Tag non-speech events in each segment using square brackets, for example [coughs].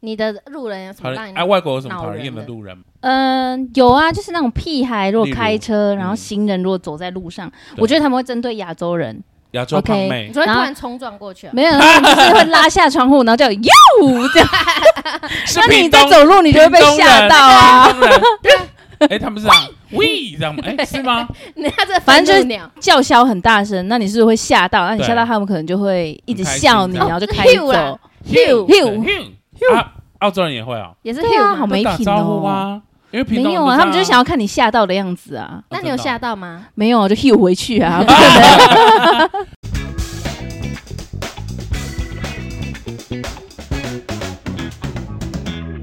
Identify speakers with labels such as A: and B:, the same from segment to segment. A: 你的路人有什
B: 讨
A: 么
B: 人
A: 让你
B: 哎，外国有什么
A: 恼
B: 讨
A: 人
B: 人厌的
A: 的
B: 路人吗？
C: 嗯，有啊，就是那种屁孩，如
B: 例如
C: 果开车，然后
B: 嗯
C: 行人如果走在路上，
B: 对
C: 我觉得他们会针对亚
B: [laughs]
C: 洲人，
B: 亚洲胖
C: OK
B: 妹
A: 你，就会突
C: 然后
A: 然冲撞过去啊，
C: 没有，他们就是会拉下窗户，然后叫哟这样。
B: 是
C: 那你
B: 屏
C: 在
B: 东
C: 走路，你就会被吓到啊。
B: 屏东人。哎，他们是这样，喂，这样吗？哎，是吗？
A: [laughs] 你看这
C: 反正就是
A: 愤怒鸟
C: 叫嚣很大声，那你是不是会吓到？那你
B: 对
C: 吓到他们，可能就会一直
B: 很开心啊
C: 笑你，
B: 这样
C: 然后就
A: 哦是
C: 开
A: Hugh
C: 走
A: 啦。
C: Hugh Hugh
B: 啊，澳洲人也会哦，
A: [laughs] 也是
C: 对啊
A: Hugh 嘛
C: 好没
B: 打
C: 品
B: 招呼
C: 哦
B: 啊，哦因为屏
C: 没
B: 东
C: 有
B: 人
C: 啊，
B: 不
C: 他们就
B: 这
C: 是想
B: 样
C: 要看你吓到的样子啊。
A: 那你有吓到吗？
C: 没有，就 Hugh 回去
B: [laughs]
C: 啊，不可能。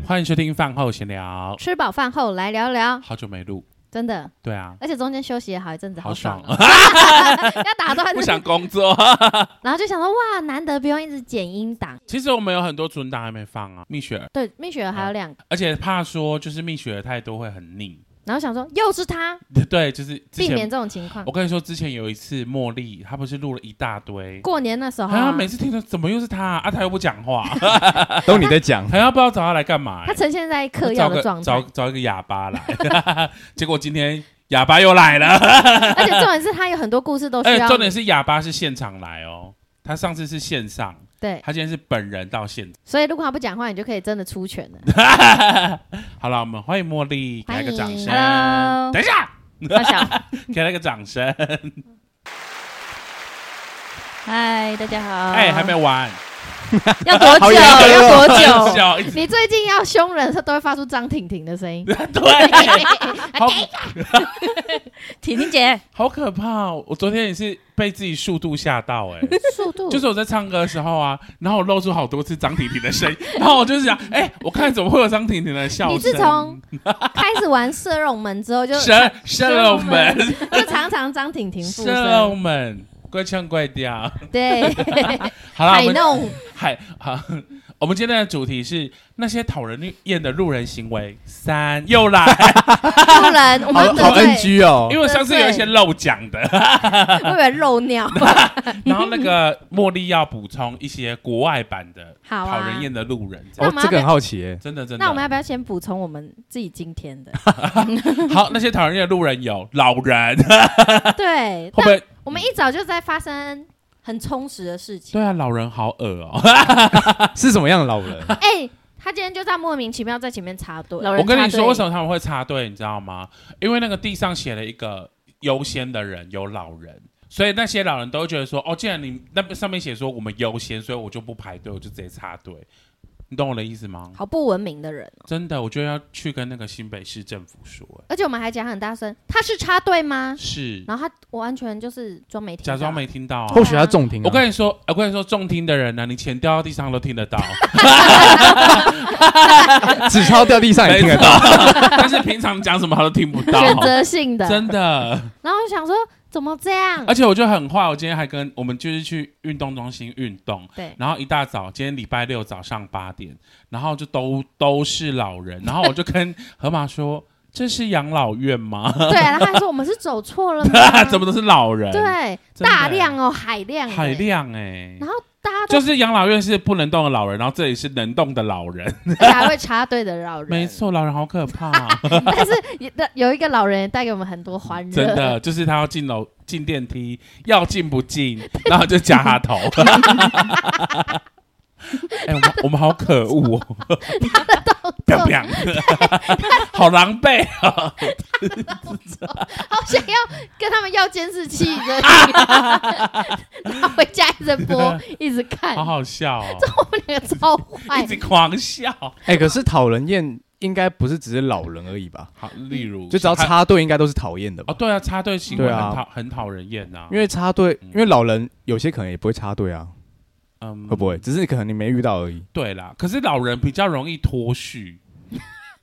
B: 欢迎收听饭后闲聊，
A: 吃饱饭后来聊聊，
B: 好久没录，
A: 真的，
B: 对啊，
C: [laughs]
A: 而且中间休息了好一阵子，
B: 好
A: 爽哦，，
B: 爽
A: [laughs] 要打断
B: 不想工
C: [laughs]
B: 作。
A: 然后就想说哇，难得不用一直剪音档。
B: 其实我们有很多存档还没放啊，蜜雪儿，
A: 对，蜜雪儿还有两个，
B: 而且怕说就是蜜雪儿太多会很腻，
A: 然后想说又是他，
B: 对，就是之
A: 避免
B: 前
A: 这种情况
B: 我。跟你说，之前有一次茉莉她不是录了一大堆。
A: 过年那时候
B: 好像
A: 啊，
B: 哎每次听到怎么又是
A: [laughs]
B: 她啊？啊她又不讲话，
D: [laughs] 都你在讲，
B: 好像不知道找她来干嘛欸、
A: 他呈现在嗑药
B: 找
A: 的
B: 个
A: 状
B: 找
A: 态，
B: 找一个哑巴来， [laughs] 结果今天哑巴又来了，
A: 而且重点哦是啊他有很多故事都需
B: 而且
A: 要。
B: 哎重点是哑巴是现场来哦，他上次是线上，
A: 对，
B: 他今天是本人到现
A: 所以如果他不讲话，你就可以真的出拳了。
B: 场。 [laughs] 好了，我们欢迎茉莉，给她一个掌声。
A: 欢
C: Hello，
B: 等一下，
C: 大小，
B: 给她一个掌声。
C: 嗨，大家
A: 啊
C: 好。
B: 哎、还没完，
C: 要多久？
D: 好严
B: 哦
D: 格
C: 要
B: [laughs]
C: 多
B: 很
C: 久？
B: 小一直
A: 你最近要凶人，的时候都会发出张婷婷的声音。 [laughs]
B: 对，好
C: 婷婷姐，
B: 好可怕、哦。我昨天也是被自己速度吓到、哎。
A: 速度
B: 就是我在唱歌的时候啊，然后我露出好多次张婷婷的声音， [laughs] 然后我就是想，哎、我看怎么会有张婷婷的笑声？
A: 你自从开始玩射龙门之后
B: [laughs]
A: 就，
B: 射射龙门，
A: 就常常张婷婷附
B: 射龙
A: 身。
B: 门，怪腔怪调。 [laughs]
A: 对，
B: 好啦，
A: 海
B: 我们
A: 弄
B: 海好， [laughs] 我们今天的主题是那些讨人厌的路人行为三，又
A: [laughs]
B: 来，
A: 路人，我
D: [laughs] 好
B: [laughs]
A: 们
D: 好
A: 得罪
D: NG 哦
B: 因，为上次有一些漏讲
A: [laughs]
B: 的，
A: 会不会漏
B: [laughs]
A: 尿？
B: 然后那个茉莉要补充一些国外版的
A: 好
B: 讨
A: 啊
B: 人。厌的路人，这
A: 那我
B: 样
D: 哦
A: 们要
D: 这个很好奇耶，
B: 真的真的。
A: 那我们要不要先补充我们自己今天
B: [laughs]
A: 的？
B: 好，那些讨人厌的路人有老
A: [laughs]
B: 人，
A: 对，
B: 会不会？
A: 我们一早就在发生很充实的事情。
B: 对啊，老人好恶哦。
D: 是什么样的老人？
A: 哎、他今天就在莫名其妙在前面插队，
C: 老人
B: 我跟你
C: 插队
B: 说，为什么他们会插队，你知道吗？因为那个地上写了一个优先的人有老人，所以那些老人都觉得说，哦，既然你那边上面写说我们优先，所以我就不排队，我就直接插队。你懂我的意思吗？
A: 好不文明的人哦、
B: 真的，我觉得要去跟那个新北市政府说、欸
A: 而且我们还讲很大声，他是插队吗
B: 哎，？是
A: 然后他我完全就是装没听到，
B: 假装没听到啊。
D: 或许他中听啊，
B: 我跟你说，呃我跟你说，重听的人呢、你钱掉到地上都听得
D: [laughs]
B: 到，
D: 纸钞掉地上也听得到，
B: [laughs] 但是平常讲什么他都听不到，
A: 选择性的。
B: 真的。
A: 然后我想说怎么这 [laughs]
B: [laughs]
A: 样？
B: 而且我就很坏，我今天还跟我们就是去运动中心运动，
A: 对，
B: 然后一大早，今天礼拜六早上八点，然后就都都是老人，然后我就跟河马说：“这是养老院吗？？
A: [laughs] 对，然后他还说我们是走错了吗
B: [laughs] 怎么都是老人？，
A: 对，
B: 真的
A: 大量哦，海量，
B: 海，量哎、
A: 然后大家都
B: 就是养老院是不能动的老人，然后这里是能动的老人，
A: 而且还会插队的老人，
B: 没。错，老人好可怕，啊
A: 但是有有一个老人也带给我们很多欢 [laughs] 乐，
B: 真的，就是他要进楼进电梯，要进不进， [laughs] 然后就夹他头。 [laughs] 哎、我们我们好可恶、哦，
A: 动
B: [laughs] 砰砰， [laughs] 好狼狈哦。
A: 好想要跟他们要监视器
B: [laughs]
A: 的，然后回家一直播，一直看，
B: 啊好好笑、哦，
A: 我们两个超坏
B: 一，直狂笑。
D: 哎，可是讨人厌应该不是只是老人而已吧？
B: 好，例如
D: 就只要
B: 还
D: 插队，应该都是讨厌的
B: 哦，
D: 吧？
B: 对啊，插队行为
D: 对
B: 很
D: 啊
B: 讨很讨人厌呐，
D: 因为插队，
B: 嗯
D: 因为老人有些可能也不会插队啊，
B: 嗯
D: 会不会？只是可能你没遇到而已。
B: 对啦，可是老人比较容易脱序。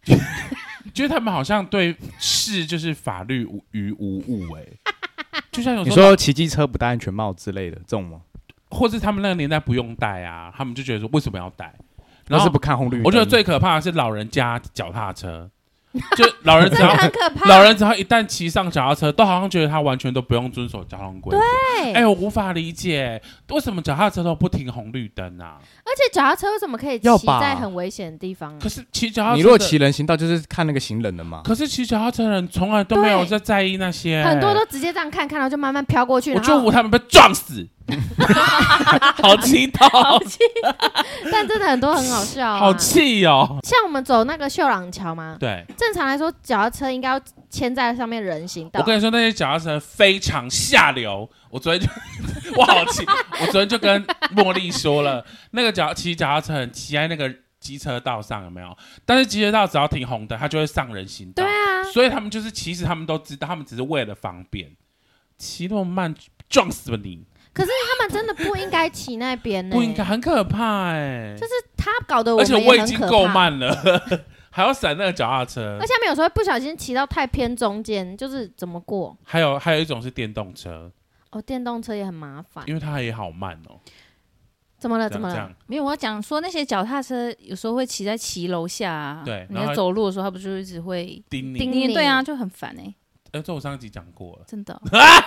B: [laughs] 就是他们好像对事就是法律无于无物哎、就像有
D: 你
B: 时候，
D: 说骑机车不戴安全帽之类的，这种吗？
B: 或是他们那个年代不用戴啊，他们就觉得说为什么要戴？然
D: 那
B: 后
D: 是不看红绿灯，
B: 我觉得最可怕的是老人加脚踏车，就老人只 [laughs]
A: 真的
B: 要
A: 很可怕。
B: 老人只要一旦骑上脚踏车，都好像觉得他完全都不用遵守交通规则。
A: 对，
B: 哎、我无法理解为什么脚踏车都不停红绿灯啊？
D: 嗯
A: 而且脚踏车为什么可以
D: 要
A: 骑
D: 吧
A: 在很危险的地方啊？
B: 可是骑脚踏车，
D: 你如果骑，人行道，就是看那个行人的嘛。
B: 可是骑脚踏车的人从来都没有
A: 对
B: 在在意那些，
A: 很多都直接这样看，看到就慢慢飘过去，
B: 哎我
A: 然
B: 就
A: 后
B: 我他们被
A: [laughs]
B: 撞死， [laughs] 好气到，
A: 但真的很多很好笑、啊，
B: 好气哦。
A: 像我们走那个秀朗桥嘛，
B: 对，
A: 正常来说脚踏车应该要牵在上面人行道
B: 我，跟你说，那些脚踏车非常下流。我昨天就， [laughs] 我好气，我昨天就跟茉莉说了，那个脚骑脚踏车的人骑在那个机车道上有没有？但是机车道只要停红灯，他就会上人行道
A: 对。啊，
B: 所以他们就是，其实他们都知道，他们只是为了方便，骑那么慢，撞死了你，
A: 可是他们真的不应该骑那边呢、
B: 不应该，很可怕哎、
A: 就是他搞得我
B: 而且
A: 们
B: 我
A: 也
B: 已
A: 很
B: 经
A: 可
B: 够
A: 怕。[laughs]
B: 慢了，还要闪那个脚踏车
A: 而，且他们有时候会不小心骑到太偏中间，就是怎么过
B: 还有还有一种是电动车，
A: 哦，电动车也很麻烦。
B: 因为它也好慢哦、
A: 怎么了？
B: 这
A: 怎
B: 样
A: 么
B: 这
A: 了？
B: 样，
C: 没有，我要讲说那些脚踏车有时候会骑在骑楼下、啊，
B: 对
C: 你
B: 然后
C: 在走路的时候，他不就一直会
B: 叮
A: 叮
B: 你，
A: 你
C: 对啊，就很烦哎、
B: 呃，这我上一集讲过了，
C: 真
B: [laughs]
C: 的。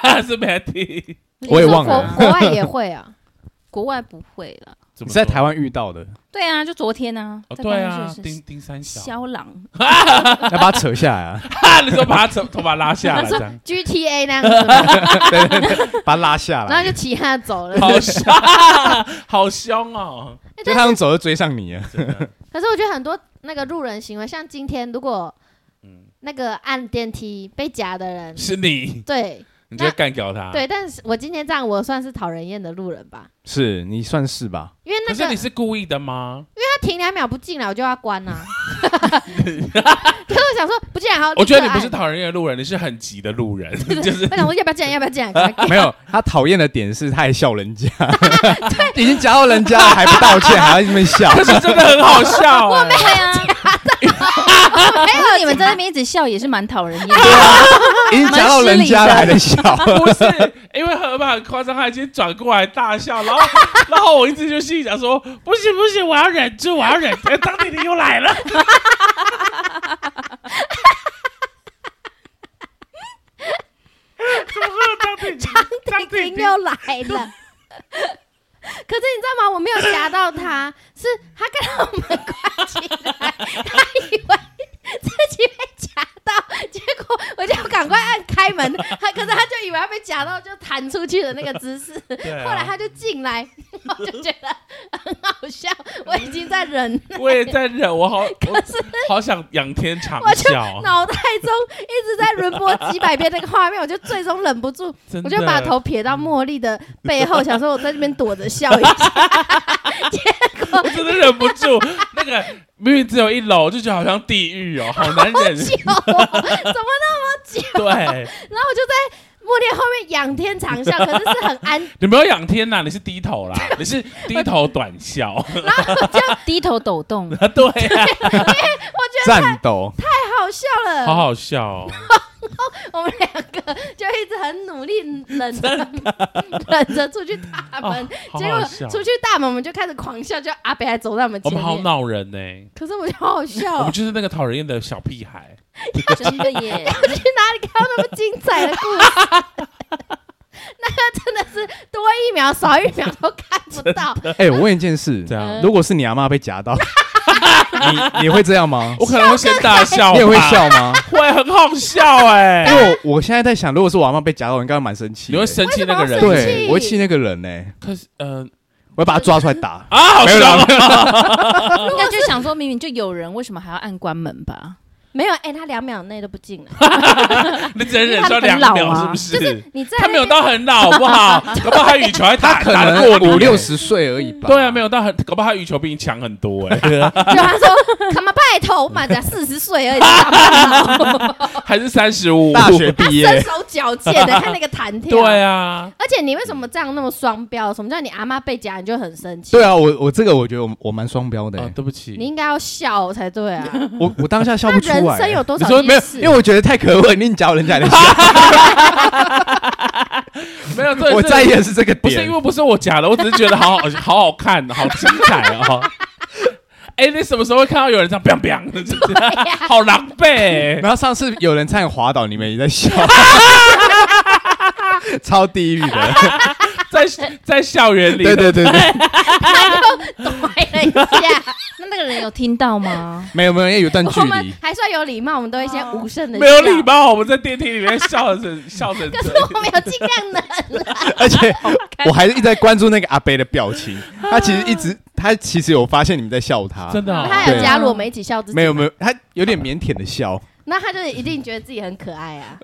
B: 但是没听，
D: 我也忘了
A: 你说国国外也会
B: [laughs]
A: 啊， [laughs]
C: 国外不会了。
B: 怎
D: 你
B: 么
D: 是在
B: 说
D: 台？湾遇
B: [laughs]
D: 到的，
C: 对啊，就昨天啊，
B: 哦，
C: 在
B: 对
C: 办公
B: 啊
C: 室，是
B: 叮叮三小，
C: 肖
B: [laughs]
C: 朗，
D: 要把它扯下来啊，
B: 哈，你说把他头 [laughs] 头发拉下来，这样
A: GTA 那样子，
D: 把它拉下
A: 然后
B: [laughs]
D: 来，
A: 就骑他走了。
B: 好凶，好凶 [laughs] 哦，
A: [laughs] 哎
D: 就
A: 但
D: 他用走就追上你啊。
B: 真的，
A: 可是我觉得很多那个路人行为，像今天如果
B: 嗯，
A: 那个按电梯被夹的人，
B: 是啊你，
A: 对
B: 你就会干掉他，
A: 对，但是我今天这样，我算是讨人厌的路人吧，
D: 是你算是吧？
A: 因为那
B: 可是
A: 个
B: 你是故意的吗？
A: 他停两秒不进来，我就要关
B: [laughs]
A: 啊。 [laughs] 可是我想说不进来好，
B: 我觉得你不
A: 立
B: 是
A: 刻
B: 讨人厌的路人，你是很急的路人，
A: 按，
B: 就是 [laughs]
A: 我想说要不要进来，要不要进来赶快给？
D: [laughs] 没有，他讨厌的点是他还笑人
B: [laughs]
D: 家，已经夹到人家了还不道歉，还要这么笑。
B: 可是真的很好笑、哎
C: 对啊，
B: [laughs]
C: 没有你们在那边一直笑也是蛮讨人厌的。
B: [laughs]
D: 已经夹到人家了还在笑，
B: 不是，因为河马很夸张，他已经转过来大笑，然后 [laughs] 然后我一直就心里想说，不行不行，我要忍住，我要忍住，张婷婷又来了，怎么会有张婷婷？张
A: 婷
B: 婷
A: 又来了。可是你知道吗？我没有夹到他，是他跟我们关起来，他以为自己被夹到，结果我就赶快按开门，他可是他就以为他被夹到，就弹出去的那个姿势。
B: [laughs] 对啊
A: 后来他就进来，我就觉得很好笑，我已经在
B: [laughs]
A: 忍，
B: 我也在忍，我好
A: 可是
B: 我好想仰天长
A: 我就
B: 啸，
A: 脑袋中一直在轮播几百遍那个画面，我就最终忍不住
B: 真
A: 我
B: 的
A: 就把头撇到茉莉的背
B: [laughs]
A: 后，想说我在这边躲着笑一下。
B: 我真的忍不住， [laughs] 那个明明只有一楼，就觉得好像地狱哦，好
A: [laughs]
B: 难忍。
A: 久哦，怎么那么久？
B: 对，
A: 然后我就在茉莉后面仰天长啸，可是是很安，
B: 你没有仰天呐，你是低头啦，你是低头短笑。
C: 低头抖
B: [laughs]
C: 动，
B: 对啊，
A: 我觉得
B: [laughs]
D: 战斗。
A: 太好笑了。
B: 好好笑哦。
A: 我们两个就一直很努力忍着， [laughs] 忍着出去大门，
B: 哦好
A: 结
B: 好
A: 果
B: 笑。
A: 出去大门我们就开始狂笑，就阿北还走到我们
B: 我
A: 前
B: 们好
A: 面。
B: 恼人呢、
A: 可是我就好好笑
B: 我
A: 哦，
B: 们就是那个讨人厌的小屁孩。
C: 真的
B: [laughs]
C: 耶！
A: 我去哪里看到那么精彩的故事？那个真的是多一秒少一秒都看不到，
D: 哎，我问一件事，
B: 这样
D: 如果是你阿妈被
B: [laughs]
D: 夹到，你你会这样吗？
B: 我可能会先大笑，
D: 你也会，笑吗？
B: 会很好笑哎、
D: 因为我我现在在想，如果是我阿妈被夹到，我应该会蛮生气的。
B: 你会生气那个人，
A: 为什么要生气
D: 对，我会气那个人呢，
B: 可是嗯、
D: 我会把他抓出来打。
B: 呃、 [laughs] 啊，好
D: 没有啦
B: 笑，
C: 应该就想说，明明就有人，为什么还要按关门吧？
A: 没有，哎、他两秒内都不进来。
B: 你只能忍
C: 因
B: 受
C: 为他
B: 两秒，
C: 们很老
B: 是
C: 啊
B: 不是？
A: 你在
B: 他
A: 那
B: 没有
A: 边
B: 到很老，好不好？搞不好他羽球还打
D: 他可
B: 打得
D: 能
B: 过你
D: 五六。十岁而已吧。
B: 对啊，没有到很，搞不好他羽球比你强很多哎、
A: 就他说，他妈拜托，我妈才四十岁而已，他妈
B: 还是三十 [laughs] 五。
D: 大学毕
A: 身
D: 业，
A: 手矫健的，看那个弹跳。
B: 对啊，
A: 而且你为什么这样那么双标？什么叫你阿妈被夹你就很生气？
D: 对啊，我我这个我觉得我我蛮双标的
B: 啊，
D: 欸，
B: 对不起，
A: 你应该要笑才对啊！
D: [laughs] 我我当下笑
A: 那
D: 不出
A: 人
D: 来
A: 生有
D: 欸。
A: 多
D: 你
A: 少
D: 说没有
A: 意？识
D: 因为我觉得太可恶，你硬夹我人家的笑，
B: [laughs] 没有，对
D: 我在意
B: 是
D: 的是这个
B: 不是因
D: 点。
B: 为不是我假的，我只是觉得好好好好看，好精彩哦。啊 [laughs] 哎、你什么时候会看到有人这样 biang biang 的，就是 [laughs] 好狼狈、
D: 然后上次有人差点滑倒，你们也在笑， [laughs] 超地狱的。
B: [laughs] 在在校园里，
D: 对对对对，
A: 拐了一下，
C: 那那个人有听到吗？
D: 没有没有，因为有一段距
A: 我们
D: 离。
A: 还算有礼貌，我们都会先无声的
B: 没有礼。貌，我们在电梯里面笑 [laughs] 成笑成
A: 可是
B: 这样。
A: 我们有尽量的，[laughs]
D: 而且我还一直在关注那个阿贝的表情，他其实一直，他其实有发现你们在笑他，
B: 真的哦、？
A: 他还有
D: 对
A: 加入我们一起笑自己。
D: 没有没有，他有点腼腆的笑，
A: 那他就是一定觉得自己很可爱啊。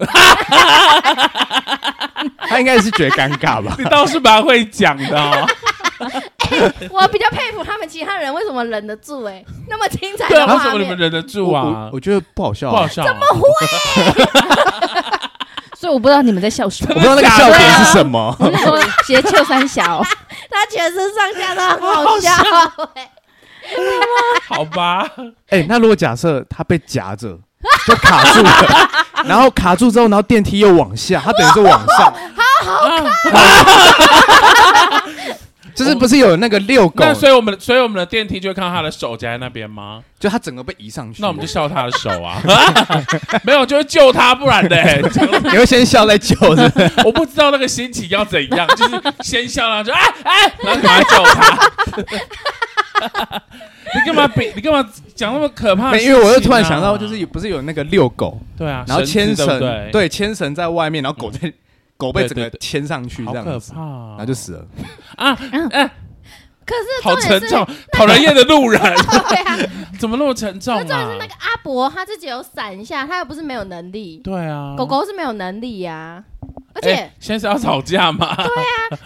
D: 他应该是觉得尴尬吧
B: [laughs] 你倒是蛮会讲的、哦，
A: 我比较佩服他们其他人为什么忍得住哎、那么精彩
B: 对
A: 的
B: [laughs] 啊，为什
A: 画
B: 么你
A: 面
B: 们。忍得住
D: 我
B: 啊
D: 我？我觉得不好笑
B: 不
D: 啊，
B: 好笑、啊，怎么
C: 所以我不知道你们在笑什么
D: 我
B: [laughs]
D: 不。知道那个笑点
B: 啊
D: 是什么。
C: 我是说斜丘三小，
A: 他全身上下都很好笑、欸，
B: 好吧？
D: 哎、那如果假设他被夹着，就卡住了，然后卡住之后，然后电梯又往下，他等于是往上，
B: 啊
D: [laughs] 就是不是有那个遛狗
B: 那，所以我们，所以我们的电梯就会看到他的手夹在那边吗？
D: 就他整个被移上去。
B: 那我们就笑他的手
D: [laughs]
B: 啊， [laughs] 没有，就会救他，不然的、
D: 你会先笑再救是不是
B: [laughs] 我不知道那个心情要怎
A: [laughs]
B: 样，就是先笑，然后就哎哎，然后赶快救他。 [laughs] 你干嘛比你干嘛讲那么可怕的事情啊、
D: 没因为我又突然想到，就是有不是有那个遛狗，
B: 对啊，
D: 然后
B: 绳
D: 牵绳
B: 子，对不对，
D: 对，牵绳在外面，然后狗在狗被整
B: 对
D: 个
B: 对对
D: 牵上去
B: 好
D: 这
B: 可
D: 样子，
B: 怕、啊
D: 然后就死了。
B: 啊，哎，
A: [laughs] 可是
B: 好
A: 重
B: 沉
A: 点是，
B: 重，讨人厌的路人，
A: [laughs] 对
B: [laughs]
A: 啊，
B: 怎么那么沉重
A: 那重点
B: 啊
A: 是？那个阿伯他自己有闪一下，他又不是没有能力，
B: 对啊，
A: 狗狗是没有能力呀、啊，而
B: 哎，
A: 且
B: 现在是要吵架吗？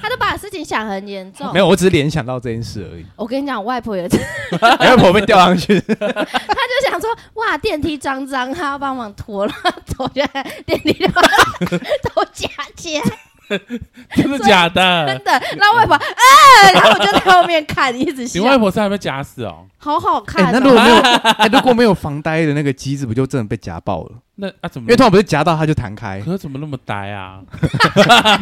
A: 他都把事情想很严重。
D: 没有，我只是联想到这件事
B: [laughs]
D: 而已。
A: 我跟你讲，我外婆有一次， [laughs]
D: 然后我被吊上去，
A: 她就想说，哇，电梯脏脏，她要帮忙拖了， [laughs] 拖下来电梯就把 [laughs] 头夹起来，
B: [laughs] 真的假的
A: 真？
D: [laughs]
A: 的。然后外婆，啊，然后我就在后面看，一直
B: 你
A: 笑，
B: 外婆差点被夹死哦。
A: 好好看、
D: 哎，
A: 哦。
D: 那如果
B: [laughs]
D: 没有，哎，如果没有防呆的那个机制，不就真的被夹爆了？
B: 那啊怎么
D: 因为？通常不是夹到它就弹
B: [laughs]
D: 开，
B: 可是怎么那么呆啊？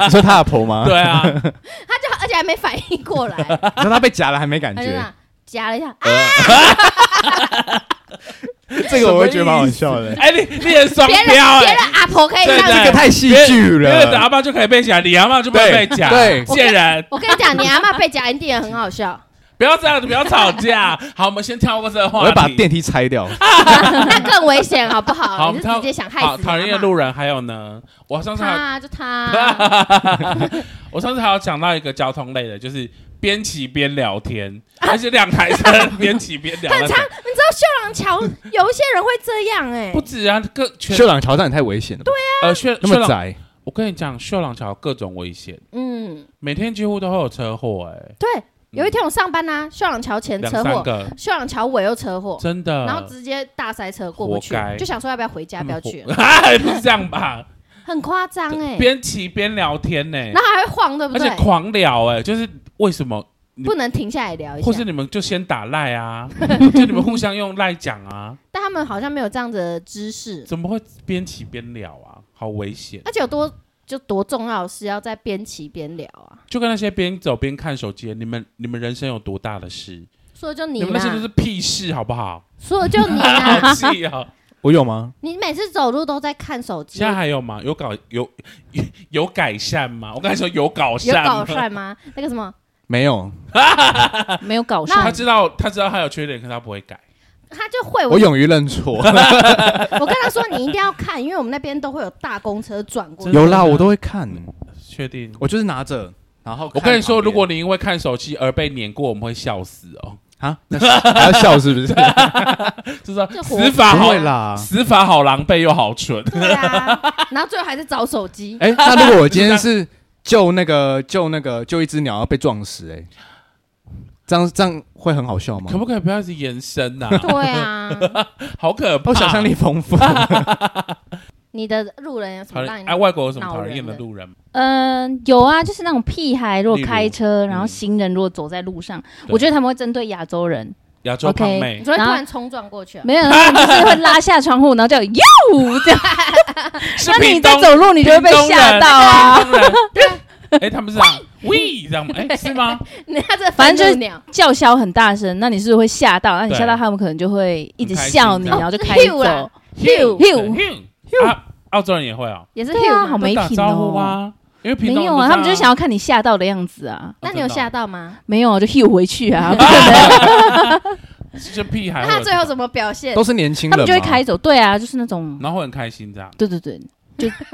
D: 你说它的头吗？
B: 对
A: [laughs]
B: 啊，
A: 他就而且还没反应过 [laughs] 来，他
D: 你说它被夹了还没感
A: 就这
D: 觉呃
A: 样，夹了一下，啊，
B: [laughs]
D: 这个我会觉得蛮好笑的。
B: 哎，你你也双
A: 别人
B: 标
A: 别
B: 哎
A: 人，阿婆可以这
B: 对
A: 样
B: 对
D: 这
A: 子。
D: 个太戏剧
B: 别人的
D: 了
B: 阿，爸就可以被夹，你阿妈就不会被
D: 对
B: 夹。
D: 啊对
B: 贱人，
A: 我跟你讲，你阿妈被夹一定也很好 [laughs] 笑，
B: 不要这样，不要吵架。 [laughs] 好，我们先跳过这个
D: 我
B: 话题。
D: 会把电梯拆
B: [laughs]
D: 掉。
A: 那更危险好不
B: 好，我
A: 好？你
B: 们
A: 是直
B: 跳
A: 接想害
B: 好
A: 死
B: 讨人厌的
A: 路，
B: 路人还有呢？我上次还有
A: 他就他，啊
B: [laughs] 我上次还有讲到一个交通类的，就是边骑边聊天，而且两台车边骑边聊。
A: 啊很常，你知道秀朗桥有一些人会这样哎
B: 不，止啊，各全
D: 秀朗桥站也太危险了，对，
B: 呃秀
D: 那
B: 秀
D: 么
B: 朗，
D: 窄，
B: 我跟你讲，秀朗桥各种危险，
A: 嗯，
B: 每天几乎都会有车祸，哎，
A: 对，有一天我上班啊，秀朗桥前
B: 两
A: 车
B: 三
A: 祸，
B: 个，
A: 秀朗桥尾又车祸，
B: 真的。
A: 然后直接大塞车过不去
B: 活该，
A: 就想说要不要回家，
B: 他
A: 不
B: 们
A: 要去
B: 活， [laughs] 哎，不是这样吧？
A: 很夸张哎，
B: 边骑边聊天呢，
A: 然后还会晃，对不
B: 而
A: 对
B: 且？狂聊，哎，就是为什么？
A: 不能停下来聊一
B: 或
A: 下
B: 是。你们就先打
A: [laughs]
B: 赖啊，就你们互相用赖讲啊，
A: 但他们好像没有这样的知识，
B: 怎么会边骑边聊啊？好危险！
A: 而且有多就多重要的事要在边骑边聊啊。
B: 就跟那些边走边看手机的，你们你们人生有多大的事？
A: 说的就
B: 你
A: 你
B: 们那
A: 啦啊
B: 些都，是屁事，好不好？
A: 说的就你啦。
B: [laughs] 好气哦！
D: 我有吗？
A: 你每次走路都在看手机，
B: 现在还有吗？有搞有有有改善吗？我刚才说有搞
A: 有
B: 善吗，
A: 搞帅吗？那个什么，
D: 没有，
C: 没有搞
B: 他
C: 上。
B: 知道他知道他有缺点，可是他不会改。
A: 他就
B: 哎
A: 会
D: 我
A: 我
D: 勇于
B: [laughs]
D: 认错。
A: 我跟他说你一定要看，因为我们那边都会有大公车转过
B: [laughs] 真
A: 去。
B: 的
D: 有啦，我都会看，
B: 确定？
D: 我就是拿着，然后
B: 我
D: 看
B: 跟你说，
D: 旁边
B: 如果你因为看手机而被碾过，我们会笑死哦。
D: 啊，那是还要笑是不
B: [laughs]
D: 是？
B: 就说
A: 这活
B: 死法
D: 不
B: 好
D: 会，啦。
B: 死法好狼狈又好
D: [laughs]
B: 蠢。
A: 对啊，然后最后还是找手
B: [laughs]
A: 机。
D: 哎，那如果我今天是救那个救那个救一只鸟要被撞死，哎，这样这样会很好笑吗
B: 可？不可以不要一直延伸呐、
A: 对啊，
B: 好可怕！
D: 我想象力丰富，
C: [laughs]
A: 你的路人有什
B: 讨
A: 么
B: 人
A: 让你
B: 哎，？外国有什么
A: 恼
B: 讨人
A: 人
B: 厌的
A: 的
B: 路人吗？
C: 嗯，有啊，就是那种屁孩，如
B: 例如
C: 果开车，然后
B: 嗯
C: 行人如果走在路上，
B: 对
C: 我觉得他们会针对亚洲人，
B: 亚洲胖
C: OK
A: 你
B: 妹，
A: 昨天突然冲撞过去啊，
C: 没有，他们就是会拉下窗户，然
B: [laughs]
C: 后叫哟这样。
B: 是
C: 那你
B: 屏
C: 在
B: 东 [laughs]
C: 走路，你就会被吓到啊。
B: 屏东人哎，他们是啊喂，这样吗？哎，是吗？
A: [laughs] 你看这
C: 反正就是
A: 愤怒鸟，
C: 叫嚣很大声，那你是不是会吓到？那你
B: 对
C: 吓到他们，可能就会一直
B: 很开心
C: 笑你，
B: 这样
C: 然后就开
A: 哦
B: [laughs]
C: 走。
A: Hugh
B: 对
C: Hugh
B: Hugh 啊，澳洲人也会哦，
A: 也是
C: 对
A: Hugh
C: 啊，
A: 吗
C: 好
B: 就
C: 没
B: 打
C: 品
B: 招呼
C: 哦。
B: 啊，因为平
C: 没
B: 常
C: 有
B: 都这
C: 啊，
B: 样
C: 他们就是想要看你吓到的样子啊。
A: 那你有吓？到吗？
C: 没有，就 Hugh 回去
B: [laughs]
C: 啊，
B: 哦真的哦就屁孩
A: 那
B: 会
A: 他
B: 有这种，
A: 最后怎么表现
D: [laughs] 都？是年轻
C: 他
D: 人嘛，
C: 们就会开走。
B: [laughs]
C: 对啊，就是那种，
B: 然后会很开心这样。
C: 对对对，就一
B: [laughs]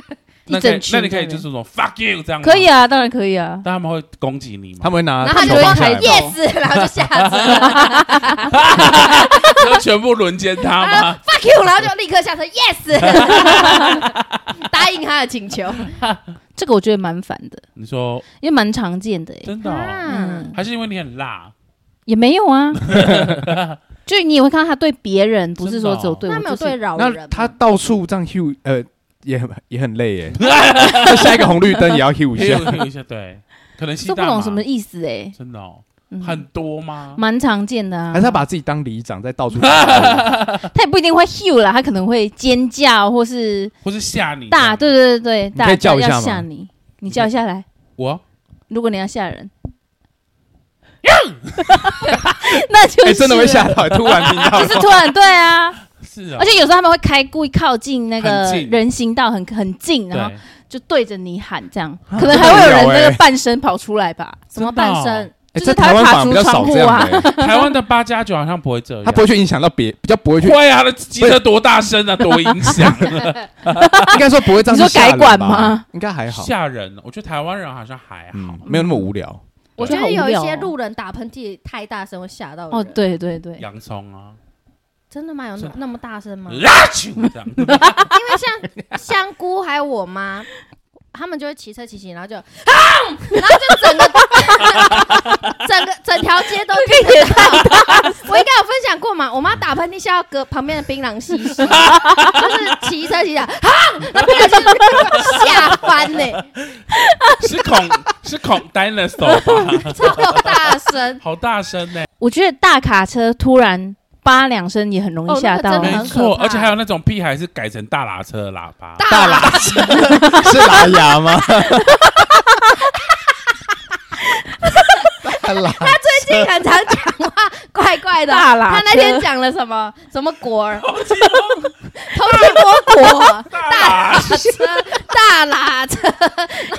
B: 那可以
C: 整群
B: 那
C: 的人。
B: 你可以就是说 fuck you 这样吗
C: 可以，啊，当然可以啊。
B: 但他们会攻击你吗？
D: 他们会拿
A: 然啊后他就
D: 球
A: 说
D: 放下来
C: 开
D: 嘛
C: 始
A: yes，然后就吓死了
B: [laughs] 他们全部轮奸他
A: 然后
B: 吗？
A: ，fuck you，然后就立刻下车 yes，答应他的请求。
C: 这个我觉得蛮烦的，
B: 你说
C: 也蛮常见的、欸。
B: 真的哦，
A: 啊
C: 嗯，
B: 还是因为你很辣？
C: 也没有
B: [laughs]
C: 啊，就你也会看到他对别人，不是
B: 哦
C: 说只有对我，
A: 那没有
C: 就是
A: 对扰人吗
D: 那他到处这样 hue，呃，也很也很累耶。那下一个红绿灯也要
B: [laughs]
D: hue 一下，
B: Hugh 一下，对，可能吸
C: 都不
B: 大
C: 懂
B: 麻
C: 什么意思哎、
B: 真的哦，
C: 嗯
B: 很多吗？
C: 蛮常见的啊。
D: 还是他把自己当里长，在
B: [laughs]
D: 到处哎
C: 他也不一定会 hue 啦，他可能会尖叫或是
B: 或是吓你？
C: 大，，对对对对，
D: 你可
C: 大
D: 以叫一
C: 要
D: 下吗
C: 吓你，你叫下来，
B: 我
C: 如果你要吓
B: [laughs]
C: 人。那就是、
D: 哎，真的会吓，到，
B: 啊
D: 突然听到
C: 就，是突然对
B: [laughs]
C: 啊，
B: 是啊
C: 而，且有时候他们会开故意靠近那个
B: 很近
C: 人行道很很近，然后
B: 对，
C: 就对着你喊这样，
A: 啊
C: 可能还会有人那个半身跑出来吧？
A: 什么半身？
D: 哎
C: 就是
D: 在
C: 他
D: 台
C: 会
D: 湾反
C: 爬
D: 而
C: 出
D: 比较少
C: 窗户
D: 这样
C: 啊，
D: 的欸
B: [laughs]
D: 耶，
B: 台湾的八加九好像不会这样，
D: 他不会去影响到别，比较不会去，
B: 会啊，那机车多大声啊，多影响，
D: 应该说不会这样
C: 你
D: 去
C: 说
D: 吓人吧。
C: 改管吗
D: 应该还好，
B: 吓人。啊我觉得台湾人好像还好
D: 嗯，，没有那么无聊。
A: [laughs] 我觉得
C: 就好
A: 有
C: 无
A: 一
C: 聊哦
A: 些路人打喷嚏太大声会吓到人。
C: 哦，，对对对，
B: 洋葱啊，
A: 真的吗？有
B: 是
A: 那那么大声吗？
C: 嗯
A: 因
B: 拉去这
C: [laughs]
B: 样，
A: 为像香菇还有我妈，他们就会骑车骑骑，然后就，啊然后就整个整个 [laughs] 整条街都听得到。我应该有分享过嘛？我妈打喷嚏吓到隔旁边的槟榔西施，就是骑车骑着，啊，那槟榔西施吓翻呢、
B: 是恐是恐 dinosaur 吧？
A: 超大声。
B: 好大声呢，
C: 我觉得大卡车突然叭两声也很容易吓
A: 哦
C: 到
A: 那个真的
B: 没
A: 很
C: 啊。
B: 错，
A: 可怕
B: 而且还有那种屁孩是改成大喇车的喇叭，
A: 大喇
D: 喇
B: [laughs]
D: 叭是喇牙吗？ [laughs] 大喇
A: 他最近很常讲话，怪怪的。
C: 大喇
A: 他
C: 叭
A: 那天讲了什么什么国儿，
B: 好激动
A: 偷吃国国
B: 大喇
A: 车大喇车，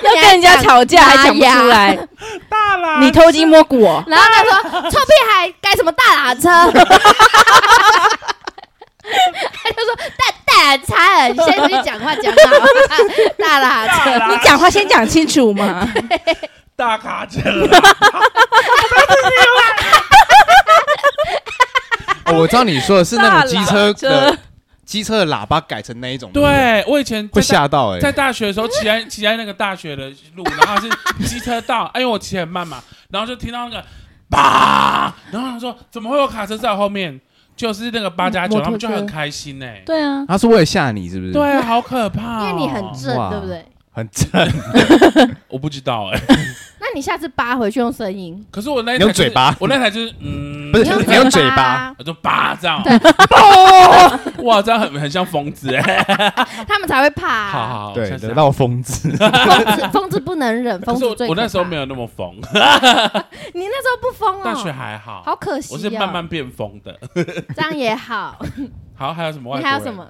C: 要跟人家吵架还讲不出来，
B: 大喇，
C: 你偷鸡摸骨哦，
A: 然后他说臭屁孩干什么大喇车？他就说大大喇车，你先去讲话讲好，大喇车。
B: 大
C: 你
B: 喇
C: 讲话先讲清楚嘛。
B: 大卡车，
D: 哦，我知道你说的是那种机车
C: 大喇
D: 的机车的喇叭改成那一种，
B: [laughs] 对我以前
D: 会
B: 在大
D: 吓到哎、
B: 在大学的时候，骑在骑在那个大学的路，然后是机车道，哎，因为我骑很慢嘛，然后就听到那个吧，然后他说怎么会有卡车在我后面？就是那个八加九，
C: 摩托车
B: 他们就很开心呢、
C: 对啊，
D: 他是为了吓你是不是？，
B: 对，好可
A: 因
B: 怕、
A: 为
B: 哦！
A: 你很正，
D: 哇
A: 对不对？
D: 很正，
B: 我不知道哎、
A: 那你下次扒回去用声音，
B: 可是我那一台、
D: 你用嘴巴，
B: 我那台就是嗯，
D: 不是
A: 用
D: 你用嘴巴，
B: 我就巴这样， [laughs] 哇，这样很很像疯子哎、
A: 他们才会怕啊。
B: 好好好，
D: 对，
B: 下次
D: 惹到疯子，
A: 疯子疯子不能忍，
B: 可
A: 疯
B: 是
A: 子
B: 我
A: 最
B: 我那时候没
A: 有，
B: 有那么疯，
A: 你那时候不疯哦，
B: 大学还好，
A: 好可惜、哦，
B: 我是慢慢变疯的。
A: 这样也好。
B: 好，还有什么外
A: 你
B: 国人？
A: 还有什么？